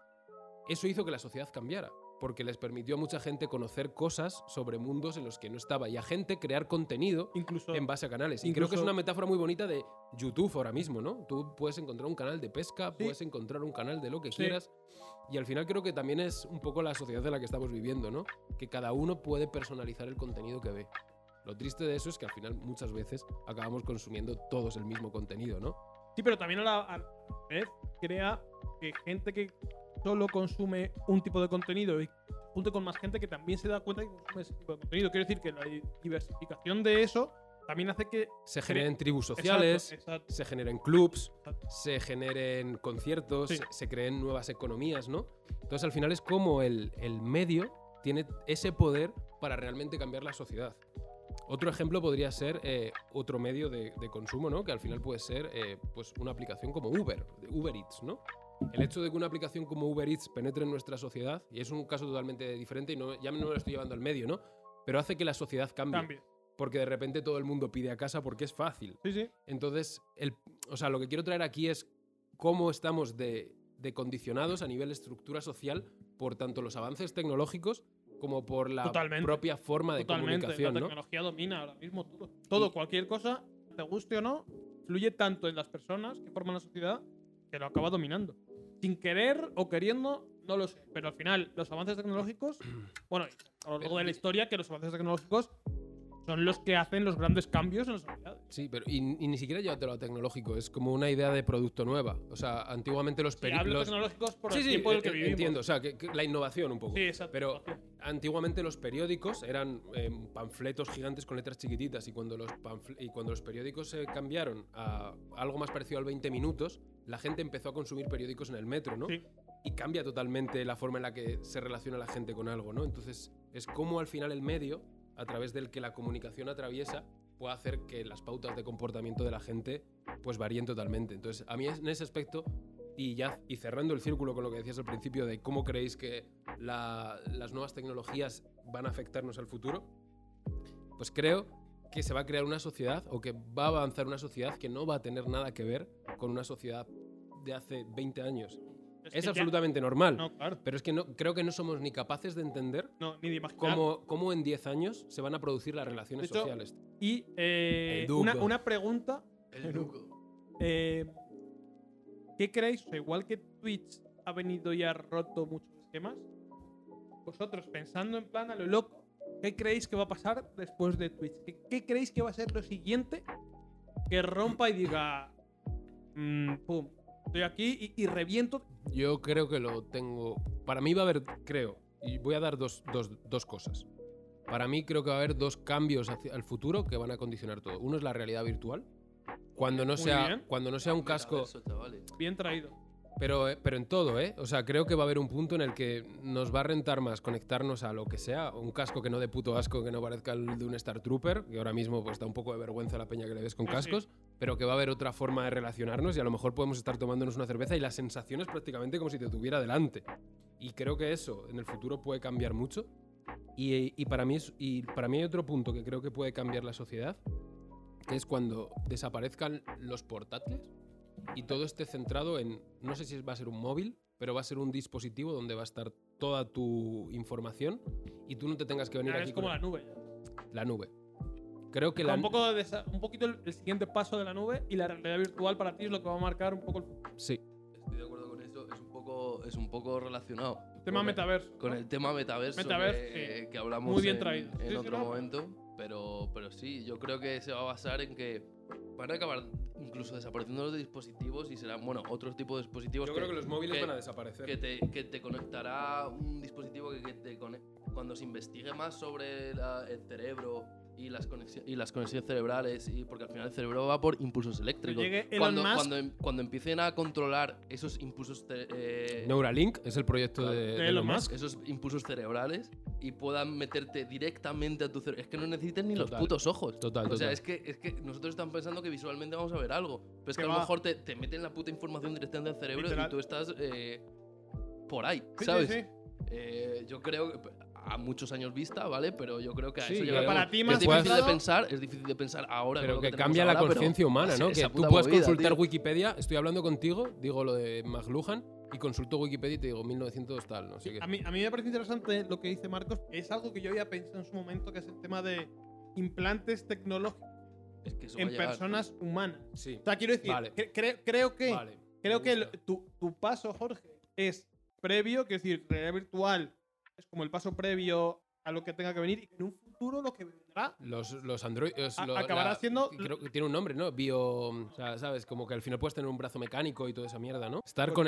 C: Eso hizo que la sociedad cambiara, porque les permitió a mucha gente conocer cosas sobre mundos en los que no estaba y a gente crear contenido
A: Incluso.
C: en base a canales. Y creo que es
A: Incluso-
C: una metáfora muy bonita de YouTube ahora mismo, ¿no? Tú puedes encontrar un canal de pesca,
A: Sí.
C: puedes encontrar un canal de lo que
A: Sí.
C: quieras, Y al final creo que también es un poco la sociedad de la que estamos viviendo, ¿no? Que cada uno puede personalizar el contenido que ve. Lo triste de eso es que al final muchas veces acabamos consumiendo todos el mismo contenido, ¿no?
A: Sí, pero también a la a la vez crea que gente que solo consume un tipo de contenido y junto con más gente que también se da cuenta que consume ese tipo de contenido. Quiero decir que la diversificación de eso también hace que.
C: Se
A: Cre-
C: generan tribus sociales,
A: Exacto, exacto.
C: se generan clubs,
A: Exacto.
C: se generen conciertos,
A: Sí.
C: se, se creen nuevas economías, ¿no? Entonces al final es como el, el medio tiene ese poder para realmente cambiar la sociedad. Otro ejemplo podría ser eh, otro medio de, de consumo, ¿no? Que al final puede ser eh, pues una aplicación como Uber, de Uber Eats, ¿no? El hecho de que una aplicación como Uber Eats penetre en nuestra sociedad, y es un caso totalmente diferente y no, ya no lo estoy llevando al medio, ¿no? Pero hace que la sociedad cambie.
A: Cambia.
C: Porque de repente todo el mundo pide a casa porque es fácil.
A: Sí, sí.
C: Entonces, el, o sea, lo que quiero traer aquí es cómo estamos de, de condicionados a nivel estructura social por tanto los avances tecnológicos como por la
A: Totalmente.
C: propia forma de
A: Totalmente. La
C: comunicación, ¿no?
A: tecnología domina ahora mismo todo. Todo, cualquier cosa, te guste o no, fluye tanto en las personas que forman la sociedad que lo acaba dominando. Sin querer o queriendo, no lo sé. Pero al final, los avances tecnológicos, bueno, a lo largo de la historia, que los avances tecnológicos son los que hacen los grandes cambios en las sociedades.
C: Sí, pero y, y ni siquiera llévatelo a lo tecnológico, es como una idea de producto nueva. O sea, antiguamente los
A: Y hablo de
C: periplos...
A: tecnológicos por
C: sí,
A: el
C: sí,
A: tiempo en el
C: eh,
A: que
C: eh,
A: vivimos.
C: entiendo, o sea, que, que la innovación un poco.
A: Sí, exacto.
C: Pero antiguamente los periódicos eran eh, panfletos gigantes con letras chiquititas y cuando, los panfle- y cuando los periódicos se cambiaron a algo más parecido al 20 minutos, la gente empezó a consumir periódicos en el metro, ¿no?
A: Sí.
C: Y cambia totalmente la forma en la que se relaciona la gente con algo, ¿no? Entonces es como al final el medio, a través del que la comunicación atraviesa, puede hacer que las pautas de comportamiento de la gente pues varíen totalmente. Entonces a mí es- en ese aspecto y ya y cerrando el círculo con lo que decías al principio de cómo creéis que la- las nuevas tecnologías van a afectarnos al futuro, pues creo que se va a crear una sociedad o que va a avanzar una sociedad que no va a tener nada que ver con una sociedad de hace 20 años.
A: Es que
C: Es,
A: ya-
C: absolutamente normal,
A: No, claro.
C: pero es que no, creo que no somos ni capaces de entender
A: No, ni de imaginar.
C: cómo, cómo en 10 años se van a producir las relaciones
A: De hecho,
C: sociales.
A: Y eh,
C: El Duco.
A: una, una pregunta
B: El Duco.
A: Eh, ¿Qué creéis? O sea, igual que Twitch ha venido y ha roto muchos esquemas, vosotros pensando en plan a lo loco, ¿qué creéis que va a pasar después de Twitch? ¿Qué, qué creéis que va a ser lo siguiente que rompa y diga, mm, pum, estoy aquí y, y reviento?
C: Yo creo que lo tengo. Para mí va a haber, creo, y voy a dar dos, dos- dos cosas. Para mí creo que va a haber dos cambios hacia el futuro que van a condicionar todo. Uno es la realidad virtual. Cuando no,
A: Muy bien.
C: sea, cuando no sea un casco,
B: Metaverso, chavales.
A: Bien traído.
C: pero, eh, pero en todo, ¿eh? O sea, creo que va a haber un punto en el que nos va a rentar más conectarnos a lo que sea. Un casco que no de puto asco, que no parezca el de un Star Trooper, que ahora mismo pues da un poco de vergüenza a la peña que le ves con
A: Sí, sí.
C: cascos, pero que va a haber otra forma de relacionarnos y a lo mejor podemos estar tomándonos una cerveza y las sensaciones prácticamente como si te tuviera delante. Y creo que eso en el futuro puede cambiar mucho. Y, y para mí es, y para mí hay otro punto que creo que puede cambiar la sociedad, que es cuando desaparezcan los portátiles y todo esté centrado en, no sé si va a ser un móvil, pero va a ser un dispositivo donde va a estar toda tu información y tú no te tengas que venir
A: Ya
C: aquí
A: es como
C: con
A: la nube.
C: la nube. Creo que la,
A: Un, poco de esa- un poquito el, el siguiente paso de la nube y la realidad virtual para ti es lo que va a marcar un poco el
C: sí,
B: Estoy de acuerdo con eso. Es un poco, es un poco relacionado.
A: tema
B: Con el-
A: metaverso.
B: Con el tema metaverso,
A: Metaverso,
B: que,
A: sí.
B: que hablamos
A: Muy bien
B: en,
A: traído.
B: en
A: Sí, sí,
B: otro
A: no.
B: momento. Pero, pero sí, yo creo que se va a basar en que van a acabar incluso desapareciendo los dispositivos y serán, bueno, otros tipos de dispositivos.
C: yo creo que los móviles
B: que-
C: van a desaparecer.
B: que te, que te conectará un dispositivo que, que te cone- cuando se investigue más sobre la- el cerebro y las, conexi- y las conexiones cerebrales, y porque al final el cerebro va por impulsos eléctricos.
A: llegue Elon
B: Cuando,
A: Musk-
B: cuando, em- cuando empiecen a controlar esos impulsos ce- eh,
C: Neuralink es el proyecto
B: Claro.
C: de,
A: De
C: de
A: Elon Musk.
B: esos impulsos cerebrales y puedan meterte directamente a tu cerebro. Es que no necesites ni los
C: Total.
B: putos ojos.
C: Total,
B: O sea,
C: total.
B: es que, es que nosotros estamos pensando que visualmente vamos a ver algo. Pero es que
A: Que
B: a lo
A: va.
B: mejor te, te meten la puta información directamente al cerebro
A: Literal.
B: y tú estás eh, por ahí,
A: Sí, sí,
B: ¿sabes?
A: sí.
B: Eh, yo creo que a muchos años vista, ¿vale? Pero yo creo que a
C: Sí,
B: eso
C: pero
B: llegaremos.
A: para ti
B: Es
A: más
B: difícil
C: avanzado-
B: de pensar, es difícil de pensar ahora. con
C: Pero
B: lo
C: que
B: tenemos
C: cambia la
B: ahora, pero
C: conciencia humana,
B: esa-
C: ¿no? Que
B: esa
C: tú
B: puta
C: puedas
B: movida,
C: consultar
B: tío.
C: Wikipedia, estoy hablando contigo, digo lo de McLuhan, y consulto Wikipedia y te digo 1900 tal, no sé qué.
A: A mí, a mí me parece interesante lo que dice Marcos. Es algo que yo había pensado en su momento, que es el tema de implantes tecnológicos
B: Es que eso va a
A: en
B: llegar.
A: personas humanas.
C: Sí,
A: O sea, quiero decir,
C: Vale.
A: cre- cre- creo que,
C: vale.
A: creo
C: me
A: que
C: gusta.
A: el- tu, tu paso, Jorge, es previo, que es decir, realidad virtual es como el paso previo a lo que tenga que venir y en un futuro lo que vendrá
C: Los, los androides.
A: A- acabará siendo-
C: Creo que tiene un nombre, ¿no? Bio. O sea, ¿sabes? Como que al final puedes tener un brazo mecánico y toda esa mierda, ¿no?
A: Pues
C: Estar con.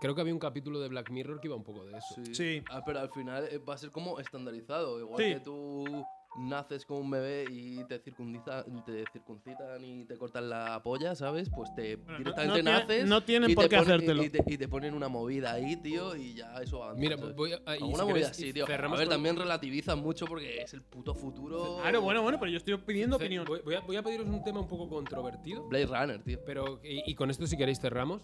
C: Creo que había un capítulo de Black Mirror que iba un poco de eso.
B: Sí.
A: Sí.
B: Ah, pero al final eh, va a ser como estandarizado. Igual
A: Sí.
B: que tú naces con un bebé y te, circundiza- te circuncitan y te cortan la polla, ¿sabes? Pues te
A: Bueno, no-
B: directamente
A: no tiene-
B: naces.
A: no tienen
B: y
A: por
B: te
A: qué
B: ponen-
A: hacértelo.
B: Y te, y te ponen una movida ahí, tío, y ya eso avanza.
C: Mira,
B: ¿sabes?
C: voy a. ah, y
B: Alguna
C: si
B: movida
C: queréis,
B: así, tío. A
C: cerramos
B: ver,
C: con-
B: también relativizan mucho porque es el puto futuro.
A: Claro, bueno, bueno, pero yo estoy pidiendo
C: ce-
A: opinión.
C: Voy, voy a, voy a pediros un tema un poco controvertido.
B: Blade Runner, tío.
C: Pero, y, y con esto, si queréis, cerramos.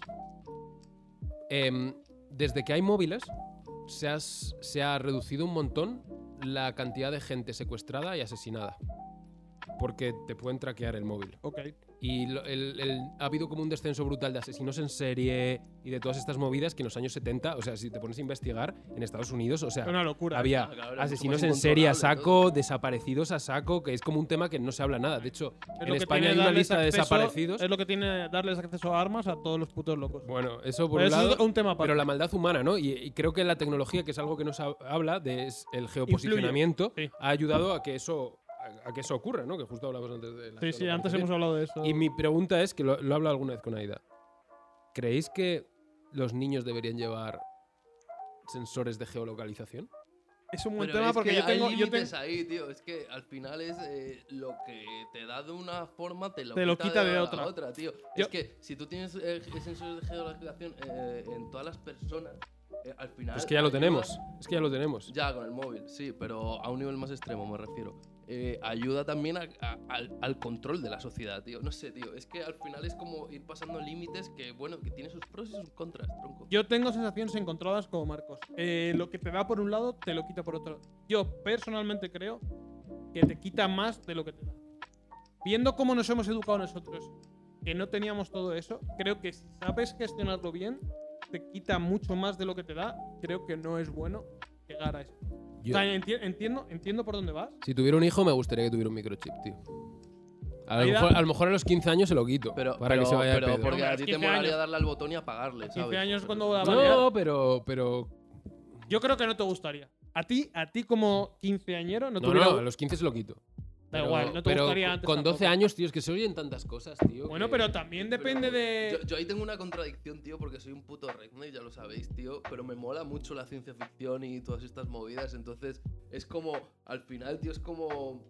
C: Em, desde que hay móviles, se, has- se ha reducido un montón la cantidad de gente secuestrada y asesinada. Porque te pueden traquear el móvil.
A: Ok.
C: Y lo- el- el- ha habido como un descenso brutal de asesinos en serie y de todas estas movidas que en los años 70, o sea, si te pones a investigar, en Estados Unidos, o sea,
A: Es una locura.
C: había
B: claro, era mucho
C: asesinos
B: más
C: en serie a
B: incontrolable,
C: saco, desaparecidos a saco, que es como un tema que no se habla nada. De hecho,
A: Es lo
C: en
A: que
C: España
A: tiene
C: hay una
A: darles
C: lista de
A: acceso-
C: desaparecidos.
A: Es lo que tiene darles acceso a armas a todos los putos locos.
C: Bueno, eso por
A: Pero
C: un
A: eso es
C: lado,
A: un tema aparte.
C: pero la maldad humana, ¿no? Y, y creo que la tecnología, que es algo que nos ha- habla, de es- el geoposicionamiento,
A: sí.
C: ha ayudado a que eso a, a que eso ocurra, ¿no? Que justo hablamos antes de la
A: sí, sí, antes hemos hablado de eso.
C: Y mi pregunta es, que lo, lo he hablado alguna vez con Aida. ¿Creéis que los niños deberían llevar sensores de geolocalización?
A: es un buen
B: Pero
A: tema
B: es
A: porque
B: que
A: yo tengo,
B: hay
A: yo tengo-
B: límites ahí, tío. Es que al final es eh, lo que te da de una forma, te lo,
A: Te lo quita de
B: la
A: otra.
B: tío.
A: Yo-
B: Es que si tú tienes eh, sensores de geolocalización eh, en todas las personas, eh, al final.
C: Es Pues que ya lo
B: ayuda-
C: tenemos, es que ya lo tenemos.
B: Ya, con el móvil, sí, pero a un nivel más extremo me refiero. Eh, ayuda también a- a- al, al control de la sociedad, tío. No sé, tío. Es que al final es como ir pasando límites que, bueno, que tiene sus pros y sus contras, tronco.
A: Yo tengo sensaciones encontradas como Marcos. Eh, lo que te da por un lado, te lo quita por otro. Yo personalmente creo que te quita más de lo que te da. Viendo cómo nos hemos educado nosotros, que no teníamos todo eso, creo que si sabes gestionarlo bien, te quita mucho más de lo que te da. Creo que no es bueno llegar a eso.
C: Yo-
A: O sea, enti- entiendo, entiendo por dónde vas.
C: Si tuviera un hijo, me gustaría que tuviera un microchip, tío. A lo,
A: Aida-
C: mejor, a lo mejor a los 15 años se lo quito.
B: Pero,
C: para
B: pero-
C: que se vaya de
B: pero
C: pedo.
B: porque
A: Hombre,
B: a
A: es
B: ti te
A: 15
B: molaría
A: años.
B: darle al botón y apagarle, ¿sabes?
A: 15 años
B: Pero-
A: cuando la
B: No,
A: balear.
C: No, pero. pero
A: Yo creo que no te gustaría. A ti, a ti como quinceañero, no te
C: no,
A: hubiera-
C: no, a los 15 se lo quito.
A: Da igual, no te
C: pero
A: gustaría
C: con-
A: antes
C: Con 12
A: tampoco.
C: años, tío, es que se oyen tantas cosas, tío.
A: Bueno,
C: que-
A: pero también depende de.
B: Yo, yo ahí tengo una contradicción, tío, porque soy un puto redneck, ya lo sabéis, tío. Pero me mola mucho la ciencia ficción y todas estas movidas. Entonces, es como, al final, tío, es como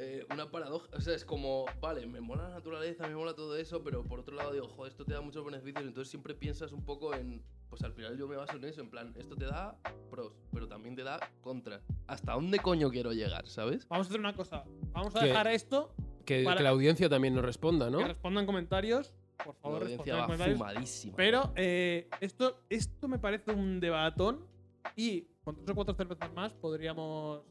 B: eh, una paradoja. O sea, es como, vale, me mola la naturaleza, me mola todo eso, pero por otro lado digo, joder, esto te da muchos beneficios. Entonces siempre piensas un poco en, pues al final yo me baso en eso, en plan, esto te da pros, pero también te da contras. ¿Hasta dónde coño quiero llegar, sabes?
A: Vamos a hacer una cosa. Vamos a
C: ¿Qué?
A: dejar esto.
C: Que,
A: para-
C: que la audiencia también nos responda, ¿no?
A: Que respondan comentarios. Por
B: La
A: favor,
B: audiencia
A: respondan
B: va
A: comentarios.
B: fumadísima.
A: Pero eh, esto, esto me parece un debatón. Y con tres o cuatro cervezas más podríamos.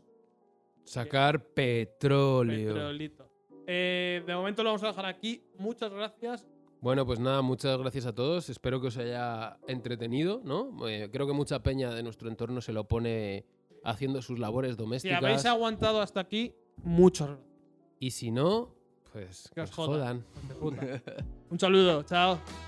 C: Sacar petróleo.
A: Petrolito. Eh, de momento lo vamos a dejar aquí. Muchas gracias.
C: Bueno, pues nada, muchas gracias a todos. Espero que os haya entretenido, ¿no? Eh, creo que mucha peña de nuestro entorno se lo pone haciendo sus labores
A: Si
C: domésticas.
A: habéis aguantado hasta aquí, muchas gracias.
C: y si no, pues
A: Que
C: que
A: os
C: os
A: jodan.
C: jodan.
A: hijos de puta. un saludo. Chao.